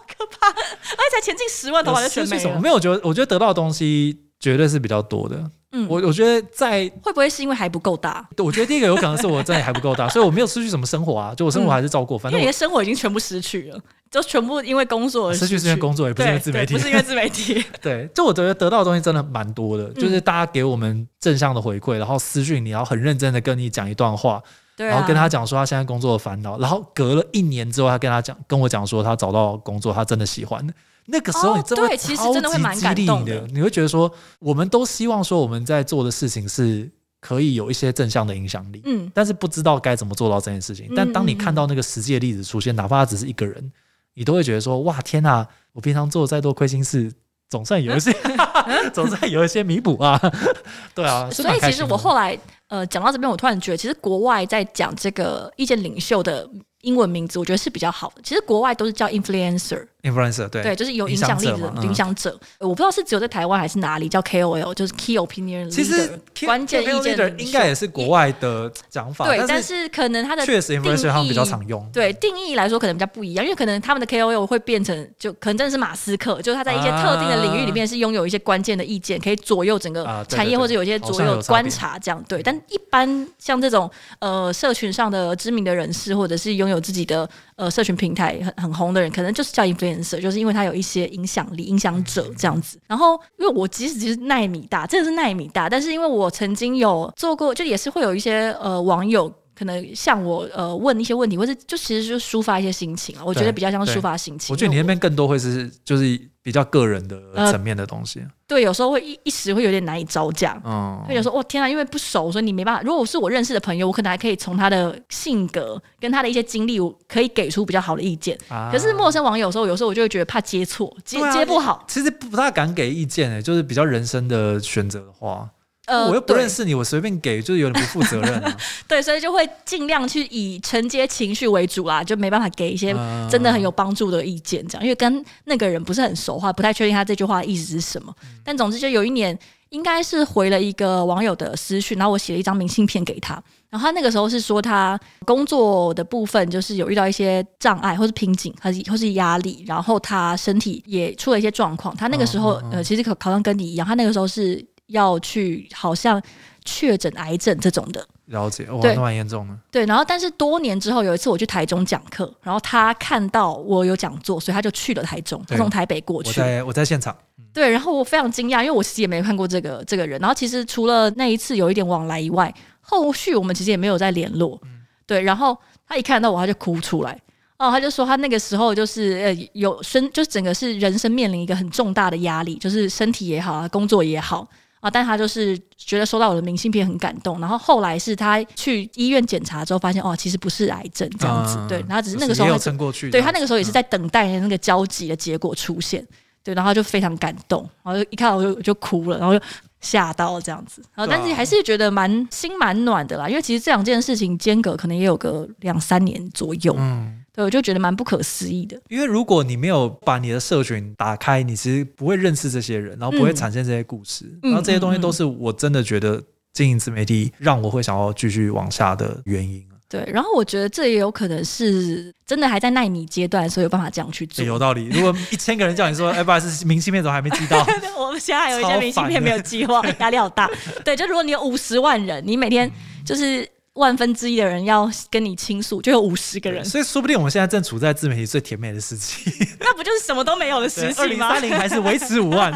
Speaker 1: 而且才前进十 <laughs> 万头发就全
Speaker 2: <laughs> 失去
Speaker 1: 没
Speaker 2: 什么？
Speaker 1: 了。
Speaker 2: 没有，我觉得我觉得得到的东西绝对是比较多的。
Speaker 1: 嗯
Speaker 2: 我我觉得在，
Speaker 1: 会不会是因为还不够大？
Speaker 2: 我觉得第一个有可能是我真的还不够大，所以我没有失去什么生活啊，就我生活还是照过，反
Speaker 1: 嗯因为你
Speaker 2: 正我啊
Speaker 1: 的生活已经全部失去了，就全部因为工作而
Speaker 2: 失去是因为工作，也不是因为自媒体
Speaker 1: 对对不。是嗯因为自媒体。
Speaker 2: 对，就我觉得得到的东西真的蛮多的，就是大家给我们正向的回馈，然后私讯你，然后很认真的跟你讲一段话，
Speaker 1: <laughs> 对啊，
Speaker 2: 然后跟他讲说他现在工作的烦恼，然后隔了一年之后，他跟他讲跟我讲说他找到工作，他真的喜欢。那个时候
Speaker 1: 哦
Speaker 2: 你真的会
Speaker 1: 对其实真的会蛮
Speaker 2: 超级激励
Speaker 1: 感动
Speaker 2: 你的
Speaker 1: 的，
Speaker 2: 你会觉得说，我们都希望说我们在做的事情是可以有一些正向的影响力，
Speaker 1: 嗯，
Speaker 2: 但是不知道该怎么做到这件事情。但当你
Speaker 1: 嗯嗯
Speaker 2: 看到那个实际的例子出现，哪怕他只是一个人，你都会觉得说，哇，天哪、我平常做再多亏心事，总算有
Speaker 1: <laughs>
Speaker 2: 一些， <laughs> 总算有一些弥补啊。 <laughs> 对啊，是
Speaker 1: 所
Speaker 2: 蛮
Speaker 1: 以
Speaker 2: 开
Speaker 1: 其
Speaker 2: 心
Speaker 1: 实
Speaker 2: 的
Speaker 1: 我后来呃讲到这边，我突然觉得，其实国外在讲这个意见领袖的呃英文名字，我觉得是比较好的。其实国外都是叫 influencer，
Speaker 2: influencer 对
Speaker 1: 对，就是有
Speaker 2: 影
Speaker 1: 影
Speaker 2: 响
Speaker 1: 响力
Speaker 2: 者嘛
Speaker 1: 的
Speaker 2: 嗯
Speaker 1: 影响者。呃我不知道是只有在台湾还是哪里叫 KOL，就是 key opinion leader，
Speaker 2: 其实
Speaker 1: 关键意见
Speaker 2: leader
Speaker 1: 领袖
Speaker 2: 应该也是国外的讲法，
Speaker 1: 对，但
Speaker 2: 是
Speaker 1: 是可能它的
Speaker 2: 确实 influencer 他们比较
Speaker 1: 定义
Speaker 2: 常用。
Speaker 1: 对定义来说可能比较不一样，因为可能他们的 KOL 会变成就可能真的是马斯克，就是他在一些特定的领域里面是拥有一些关键的意见，可以左右整
Speaker 2: 啊
Speaker 1: 个
Speaker 2: 对
Speaker 1: 产
Speaker 2: 对
Speaker 1: 业
Speaker 2: 对
Speaker 1: 或者有一些
Speaker 2: 好
Speaker 1: 左
Speaker 2: 像有
Speaker 1: 右
Speaker 2: 差别
Speaker 1: 观察这样对。但一般像这种呃社群上的知名的人士，或者是拥有自己的呃社群平台很很红的人，可能就是叫 influencer，就是因为他有一些影响力、影响者这样子。然后因为我其实只是奈米大，真的是奈米大，但是因为我曾经有做过，就也是会有一些呃网友。可能向我呃问一些问题，或者就其实就是抒发一些心情啊，我觉得
Speaker 2: 对
Speaker 1: 比较像
Speaker 2: 对
Speaker 1: 抒发心情。
Speaker 2: 我觉得你那边更多会是就是比较个人的
Speaker 1: 呃
Speaker 2: 层面的东西，
Speaker 1: 对，有时候会一一时会有点难以招架，
Speaker 2: 嗯，
Speaker 1: 会有说哦天啊，因为不熟，所以你没办法。如果是我认识的朋友，我可能还可以从他的性格跟他的一些经历，我可以给出比较好的意见。
Speaker 2: 啊
Speaker 1: 可是陌生网友的时候，有时候我就会觉得怕接错，接、
Speaker 2: 对啊
Speaker 1: 接不好。
Speaker 2: 其实不大敢给意见诶、欸就是比较人生的选择的话，
Speaker 1: 呃，
Speaker 2: 我又不
Speaker 1: 对
Speaker 2: 认识你，我随便给就是有点不负责任、
Speaker 1: <laughs>
Speaker 2: 啊，
Speaker 1: 对，所以就会尽量去以承接情绪为主啦，就没办法给一些
Speaker 2: 嗯
Speaker 1: 真的很有帮助的意见，这样，因为跟那个人不是很熟的话，不太确定他这句话的意思是什么。但总之，就有一年应该是回了一个网友的私讯，然后我写了一张明信片给他。然后他那个时候是说他工作的部分就是有遇到一些障碍或是瓶颈，还是或是压力，然后他身体也出了一些状况。他那个时候、
Speaker 2: 嗯嗯嗯
Speaker 1: 呃，其实可好像跟你一样，他那个时候是要去好像确诊癌症这种的。
Speaker 2: 了解，哇，
Speaker 1: 对
Speaker 2: 那蛮严重的，
Speaker 1: 对，然后但是多年之后有一次我去台中讲课，然后他看到我有讲座，所以他就去了台中，他
Speaker 2: 对
Speaker 1: 从台北过
Speaker 2: 我
Speaker 1: 去。
Speaker 2: 在我在现场，
Speaker 1: 对，然后我非常惊讶，因为我其实也没看过这个这个人。然后其实除了那一次有一点往来以外，后续我们其实也没有再联络。
Speaker 2: 嗯
Speaker 1: 对，然后他一看到我，他就哭出来。哦，他就说他那个时候就是呃有身，就是整个是人生面临一个很重大的压力，就是身体也好啊，工作也好。啊，但他就是觉得收到我的明信片很感动，然后后来是他去医院检查之后发现，哦，其实不是癌症这样子，
Speaker 2: 嗯
Speaker 1: 对，然后只是
Speaker 2: 就
Speaker 1: 那个时候
Speaker 2: 也有
Speaker 1: 还
Speaker 2: 撑过去，
Speaker 1: 对他那个时候也是
Speaker 2: 嗯
Speaker 1: 在等待那个交集的结果出现，对，然后他就非常感动，然后就一看到我就我就哭了，然后就吓到这样子，然后
Speaker 2: 对啊
Speaker 1: 但是还是觉得蛮心蛮暖的啦，因为其实这两件事情间隔可能也有个两三年左右，
Speaker 2: 嗯，
Speaker 1: 对我就觉得蛮不可思议的，
Speaker 2: 因为如果你没有把你的社群打开，你其实不会认识这些人，然后不会
Speaker 1: 嗯
Speaker 2: 产生这些故事，
Speaker 1: 嗯
Speaker 2: 然后这些东西
Speaker 1: 嗯嗯
Speaker 2: 都是我真的觉得经营自媒体让我会想要继续往下的原因。啊
Speaker 1: 对，然后我觉得这也有可能是真的还在耐米阶段，所以有办法这样去做
Speaker 2: 欸。有道理。如果一千个人叫你说，哎，不好意思，明信片怎么还没寄到？
Speaker 1: <laughs> 我们现在还有一些明信
Speaker 2: 超烦的
Speaker 1: 片没有计划，压力好
Speaker 2: <laughs>
Speaker 1: 大。对，就如果你有五十万人，你每天就是万分之一的人要跟你倾诉，就有五十个人，
Speaker 2: 所以说不定我们现在正处在自媒体最甜美的
Speaker 1: <laughs>
Speaker 2: 时期，
Speaker 1: 那不就是什么都没有的时
Speaker 2: 二
Speaker 1: 期
Speaker 2: 零
Speaker 1: 吗
Speaker 2: 三？零还是维持
Speaker 1: <laughs>
Speaker 2: 五万。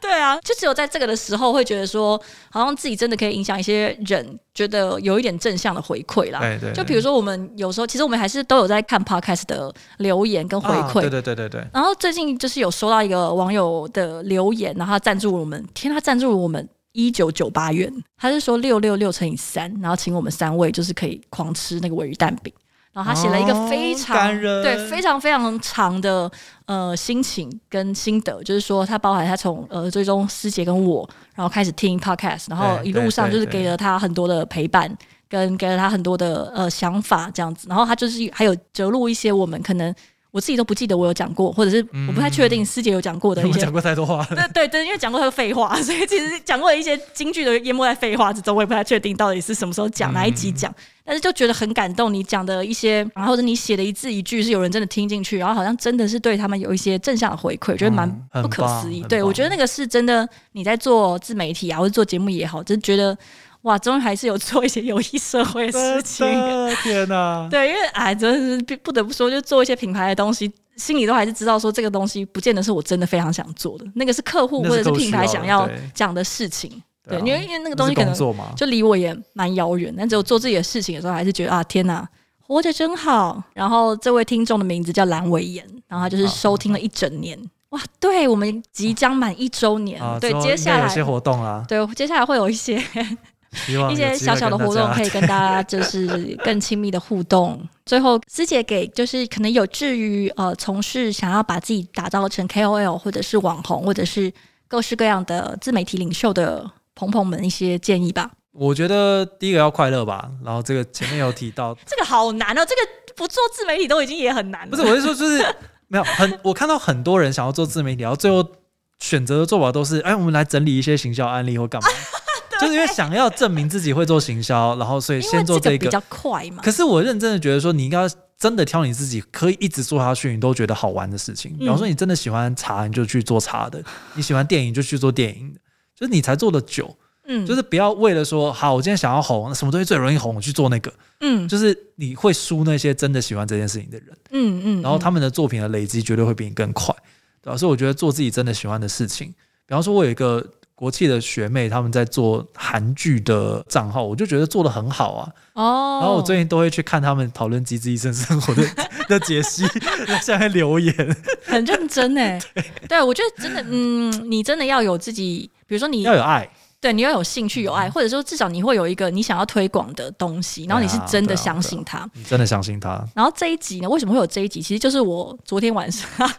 Speaker 1: 对啊，就只有在这个的时候会觉得说，好像自己真的可以影响一些人，觉得有一点正向的回馈啦。
Speaker 2: 对对，
Speaker 1: 啊就比如说，我们有时候其实我们还是都有在看 podcast 的留言 <laughs> 跟回
Speaker 2: 啊
Speaker 1: 馈
Speaker 2: 对，对对对对，
Speaker 1: 然后最近就是有收到一个网友的留言，然后他赞助我们，天，他赞助我们一九九八元，他是说六六六乘以三，然后请我们三位就是可以狂吃那个鲔鱼蛋饼。然后他写了一个非常、
Speaker 2: 哦感人
Speaker 1: 对非常非常长的呃心情跟心得，就是说他包含他从呃最终师姐跟我，然后开始听 podcast，然后
Speaker 2: 对
Speaker 1: 一路上
Speaker 2: 对
Speaker 1: 就是
Speaker 2: 对
Speaker 1: 给了他很多的陪伴，跟给了他很多的呃想法这样子。然后他就是还有折录一些我们可能我自己都不记得我有讲过，或者是我不太确定师姐有讲过
Speaker 2: <laughs>
Speaker 1: 的一
Speaker 2: 我
Speaker 1: 些。
Speaker 2: 讲过太
Speaker 1: <laughs>
Speaker 2: 多话了。
Speaker 1: 对对对，因为讲过他的废话，所以其实讲过的一些京剧的淹没在废话之中，我也不太确定到底是什么时候讲、哪一
Speaker 2: 嗯
Speaker 1: 集讲，但是就觉得很感动。你讲的一些，然后或者你写的一字一句，是有人真的听进去，然后好像真的是对他们有一些正向的回馈，我觉得蛮
Speaker 2: 嗯很
Speaker 1: 不可思议。
Speaker 2: 棒
Speaker 1: 对
Speaker 2: 很棒
Speaker 1: 我觉得那个是真的，你在做自媒体啊，或者做节目也好，就是觉得哇，终于还是有做一些有益社会的事情。
Speaker 2: 真的 <laughs> 天哪！
Speaker 1: 对，因为哎，真的是不不得不说，就做一些品牌的东西，心里都还是知道说这个东西不见得是我真的非常想做的，那个是客户
Speaker 2: 那
Speaker 1: 或
Speaker 2: 是
Speaker 1: 者是
Speaker 2: 客户
Speaker 1: 品牌
Speaker 2: 需要
Speaker 1: 想
Speaker 2: 的
Speaker 1: 要
Speaker 2: 对
Speaker 1: 讲的事情。对，
Speaker 2: 对啊
Speaker 1: 因为因为那个
Speaker 2: 这
Speaker 1: 东
Speaker 2: 是
Speaker 1: 西可
Speaker 2: 工
Speaker 1: 能
Speaker 2: 作嘛，
Speaker 1: 就离我也蛮遥远，但只有做自己的事情的时候，还是觉得啊，天哪，活着真好。然后这位听众的名字叫蓝维言，然后他就是
Speaker 2: 好
Speaker 1: 收听了一整年，哇，对我们即将满一周年，
Speaker 2: 啊，
Speaker 1: 对
Speaker 2: 之，后
Speaker 1: 接
Speaker 2: 应
Speaker 1: 下
Speaker 2: 该
Speaker 1: 来
Speaker 2: 有些活动
Speaker 1: <laughs>
Speaker 2: 啦，
Speaker 1: 对接下来会有一些。
Speaker 2: 希望
Speaker 1: 一
Speaker 2: 哦有
Speaker 1: 些
Speaker 2: 机
Speaker 1: 小
Speaker 2: 会
Speaker 1: 小的
Speaker 2: 跟
Speaker 1: 活
Speaker 2: 大
Speaker 1: 动
Speaker 2: 家
Speaker 1: 可以跟大
Speaker 2: <laughs>
Speaker 1: 家就是更亲密的互动。最后，师姐给就是可能有志于呃从事想要把自己打造成 KOL 或者是网红或者是各式各样的自媒体领袖的朋朋们一些建议吧。
Speaker 2: 我觉得第一个要快乐吧，然后这个前面有提
Speaker 1: <laughs>
Speaker 2: 到，
Speaker 1: 这个好难哦，这个不做自媒体都已经也很难了。
Speaker 2: 不是，我是说就是 <laughs> 没有很，我看到很多人想要做自媒体，然后最后选择的做法都是，哎，我们来整理一些行销案例或
Speaker 1: <laughs>
Speaker 2: 干嘛，就是因为想要证明自己会做行销，然后所以
Speaker 1: 因为
Speaker 2: 先做
Speaker 1: 这个
Speaker 2: 这
Speaker 1: 比
Speaker 2: 个。
Speaker 1: 较快嘛。
Speaker 2: 可是我认真的觉得说，你应该要真的挑你自己可以一直做下去，你都觉得好玩的事情。比
Speaker 1: 嗯
Speaker 2: 方说，你真的喜欢茶，你就去做茶
Speaker 1: <laughs>
Speaker 2: 的；你喜欢电影，就去做电影的。就是你才做的久，
Speaker 1: 嗯，
Speaker 2: 就是不要为了说好，我今天想要红，什么东西最容易红，我去做那个。
Speaker 1: 嗯
Speaker 2: 就是你会输那些真的喜欢这件事情的人。
Speaker 1: 嗯嗯，
Speaker 2: 然后他
Speaker 1: 们
Speaker 2: 们的作品的累积绝对会比你更快，对吧、所以我觉得做自己真的喜欢的事情，比方说，我有一个国际的学妹，他们在做韩剧的账号，我就觉得做的很好啊。
Speaker 1: 哦，
Speaker 2: 然后我最近都会去看他们讨论《机智医生生活的》 <laughs> 的解
Speaker 1: <laughs>
Speaker 2: 析，在下面留言。
Speaker 1: 很认真
Speaker 2: <laughs>
Speaker 1: 哎，对我觉得真的，嗯，你真的要有自己，比如说你
Speaker 2: 要有爱，
Speaker 1: 对你要有兴趣、有
Speaker 2: 嗯
Speaker 1: 爱，或者说至少你会有一个你想要推广的东西，然后你
Speaker 2: 啊
Speaker 1: 是真的相信它。
Speaker 2: 你真的相信他。
Speaker 1: 然后这一集呢，为什么会有这一集？其实就是我昨天晚上， <laughs>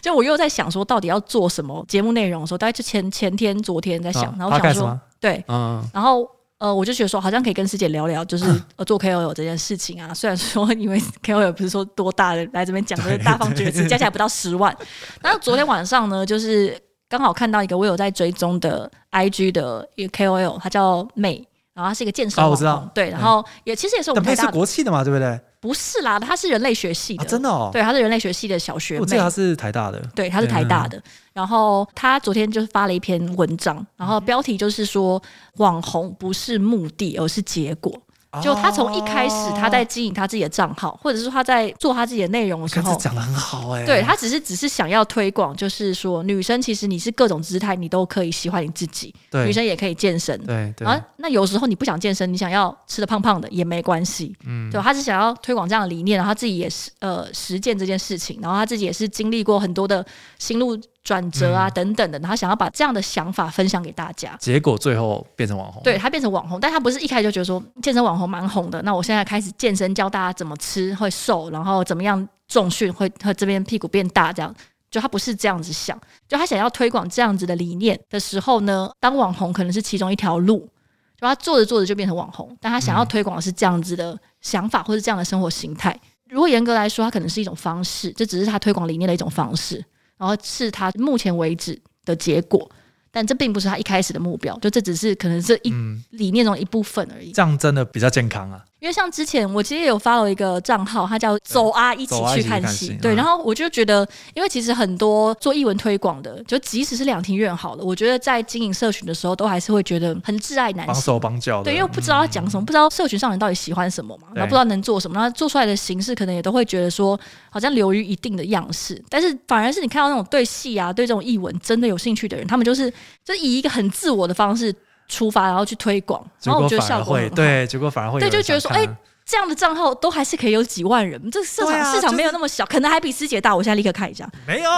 Speaker 1: 就我又在想说，到底要做什么节目内容的时候，大概就前前天、昨天在想，
Speaker 2: 啊
Speaker 1: 然后想
Speaker 2: podcast
Speaker 1: 说
Speaker 2: 吗，
Speaker 1: 对，
Speaker 2: 嗯，
Speaker 1: 然后呃，我就觉得说，好像可以跟师姐聊聊，
Speaker 2: <laughs>
Speaker 1: 就是、呃做 KOL 这件事情啊。虽然说因为 KOL 不是说多大的来这边讲，就是大放厥词，加起来不到十
Speaker 2: <laughs>
Speaker 1: 万。然后昨天晚上呢，就是刚好看到一个我有在追踪的 IG 的一个 KOL，他叫妹。然后他是一个健身
Speaker 2: 啊
Speaker 1: 网
Speaker 2: 我知
Speaker 1: 红，
Speaker 2: 道
Speaker 1: 对，然后也其实也是我
Speaker 2: 但
Speaker 1: 们台
Speaker 2: 配是
Speaker 1: 大的，
Speaker 2: 国企的嘛，对不对？
Speaker 1: 不是啦，他是人类学系的，
Speaker 2: 啊，真的哦。
Speaker 1: 对，他是人类学系的小学妹，
Speaker 2: 我记得他是台大的。
Speaker 1: 对，他是台大
Speaker 2: 嗯
Speaker 1: 的。然后他昨天就是发了一篇文章，然后标题就是说网红不是目的，而是结果。
Speaker 2: 哦
Speaker 1: 就他从一开始他在经营他自己的账号，或者是说他在做他自己的内容的时
Speaker 2: 看这
Speaker 1: 候，
Speaker 2: 讲的很好哎、
Speaker 1: 对他只是只是想要推广，就是说女生其实你是各种姿态你都可以喜欢你自己，
Speaker 2: 对
Speaker 1: 女生也啊可以健身。
Speaker 2: 对对
Speaker 1: 然后那有时候你不想健身，你想要吃的胖胖的也没关系，嗯，对吧，他是想要推广这样的理念，然后他自己也是呃实践这件事情，然后他自己也是经历过很多的心路转折啊
Speaker 2: 嗯
Speaker 1: 等等的，然后想要把这样的想法分享给大家。
Speaker 2: 结果最后变成网红。
Speaker 1: 对，他变成网红，但他不是一开始就觉得说健身网红蛮红的，那我现在开始健身，教大家怎么吃会瘦，然后怎么样重训会会这边屁股变大这样。就他不是这样子想，就他想要推广这样子的理念的时候呢，当网红可能是其中一条路，就他做着做着就变成网红，但他想要
Speaker 2: 嗯
Speaker 1: 推广的是这样子的想法或是这样的生活形态。如果严格来说，它可能是一种方式，这只是他推广理念的一种方式，然后是他目前为止的结果，但这并不是他一开始的目标，就这只是可能是一
Speaker 2: 嗯，
Speaker 1: 理念中的一部分而已。
Speaker 2: 这样真的比较健康啊。
Speaker 1: 因为像之前我其实也有 follow 一个账号，它叫“走啊一起
Speaker 2: 走啊
Speaker 1: 去
Speaker 2: 一起
Speaker 1: 看
Speaker 2: 看
Speaker 1: 戏
Speaker 2: 戏”，
Speaker 1: 对，
Speaker 2: 嗯
Speaker 1: 然后我就觉得，因为其实很多做艺文推广的，就即使是两厅院好了，我觉得在经营社群的时候，都还是会觉得很挚爱男
Speaker 2: 绑
Speaker 1: 性。
Speaker 2: 手绑脚的，
Speaker 1: 对，因为不知道要讲什么，不知道社群上人到底喜欢什么嘛，然后
Speaker 2: 对
Speaker 1: 哦不知道能做什么，然后做出来的形式可能也都会觉得说好像流于一定的样式，但是反而是你看到那种对戏啊、对这种译文真的有兴趣的人，他们就是就是以一个很自我的方式出发，然后去推广，
Speaker 2: 结
Speaker 1: 然后我
Speaker 2: 果
Speaker 1: 觉得
Speaker 2: 反
Speaker 1: 效
Speaker 2: 而
Speaker 1: 果很
Speaker 2: 会
Speaker 1: 好。
Speaker 2: 对，结果反而会有
Speaker 1: 对就
Speaker 2: 人
Speaker 1: 觉得
Speaker 2: 想
Speaker 1: 说哎
Speaker 2: 看啊
Speaker 1: 这样的账号都还是可以有几万人，这市场、
Speaker 2: 对啊
Speaker 1: 市场
Speaker 2: 就是
Speaker 1: 没有那么小，可能还比师姐大。我现在立刻看一下。
Speaker 2: <laughs> 没有，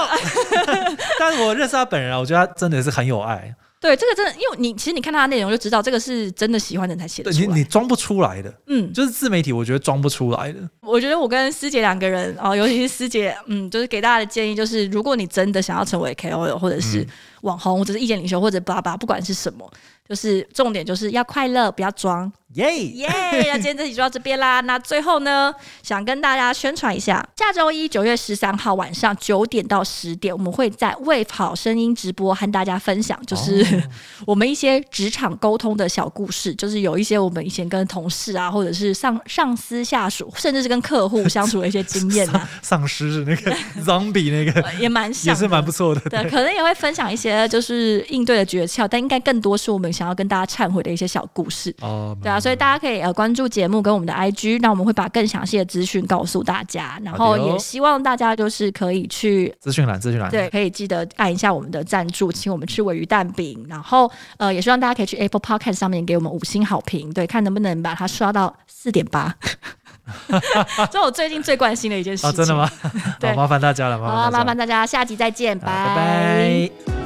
Speaker 2: <laughs> 但是我认识他本人啊，我觉得他真的是很有爱，
Speaker 1: 对，这个真的，因为你其实你看他的内容就知道，这个是真的喜欢的人才写得
Speaker 2: 对
Speaker 1: 出
Speaker 2: 你
Speaker 1: 来。
Speaker 2: 你装不出来的，
Speaker 1: 嗯，
Speaker 2: 就是自媒体，我觉得装不出来的。
Speaker 1: 我觉得我跟师姐两个人哦，尤其是师姐，嗯，就是给大家的建议就是，如果你真的想要成为 KOL 或者是
Speaker 2: 嗯
Speaker 1: 网红，或者是意见领袖或者爸爸，不管是什么，就是重点就是要快乐，不要装。
Speaker 2: 耶，
Speaker 1: <laughs> 耶！那今天这集就到这边啦。那最后呢，想跟大家宣传一下，下周一九月十三号晚上九点到十点，我们会在 Wave 好声音直播和大家分享，就是、
Speaker 2: 哦
Speaker 1: <laughs> 我们一些职场沟通的小故事，就是有一些我们以前跟同事啊，或者是上上司、下属，甚至是跟客户相处的一些经验
Speaker 2: <laughs>
Speaker 1: 啊，
Speaker 2: 丧尸是那 <laughs> 个 zombie 那个
Speaker 1: 呃也蛮像
Speaker 2: 也
Speaker 1: 的，
Speaker 2: 是蛮不错的，
Speaker 1: 对，可能也会分享一些就是应对的诀窍，但应该更多是我们想要跟大家忏悔的一些小故事。
Speaker 2: 哦，
Speaker 1: 对啊，所以大家可以呃关注节目跟我们的 IG，那我们会把更详细的资讯告诉大家，然后
Speaker 2: 好的哦
Speaker 1: 也希望大家就是可以去。
Speaker 2: 资讯栏，资讯栏，
Speaker 1: 对，可以记得按一下我们的赞助，请我们吃尾鱼蛋饼。然后，呃，也希望大家可以去 Apple Podcast 上面给我们五星好评，对，看能不能把它刷到四点
Speaker 2: <laughs>
Speaker 1: 八。 <laughs> 这是我最近最关心的一件事情。
Speaker 2: 哦 <laughs> 啊，真的吗？
Speaker 1: 对
Speaker 2: 好，麻烦大家了，
Speaker 1: 好啦？
Speaker 2: 麻
Speaker 1: 麻
Speaker 2: 烦
Speaker 1: 烦
Speaker 2: 大家，
Speaker 1: 大家，下集再见，
Speaker 2: 好拜拜。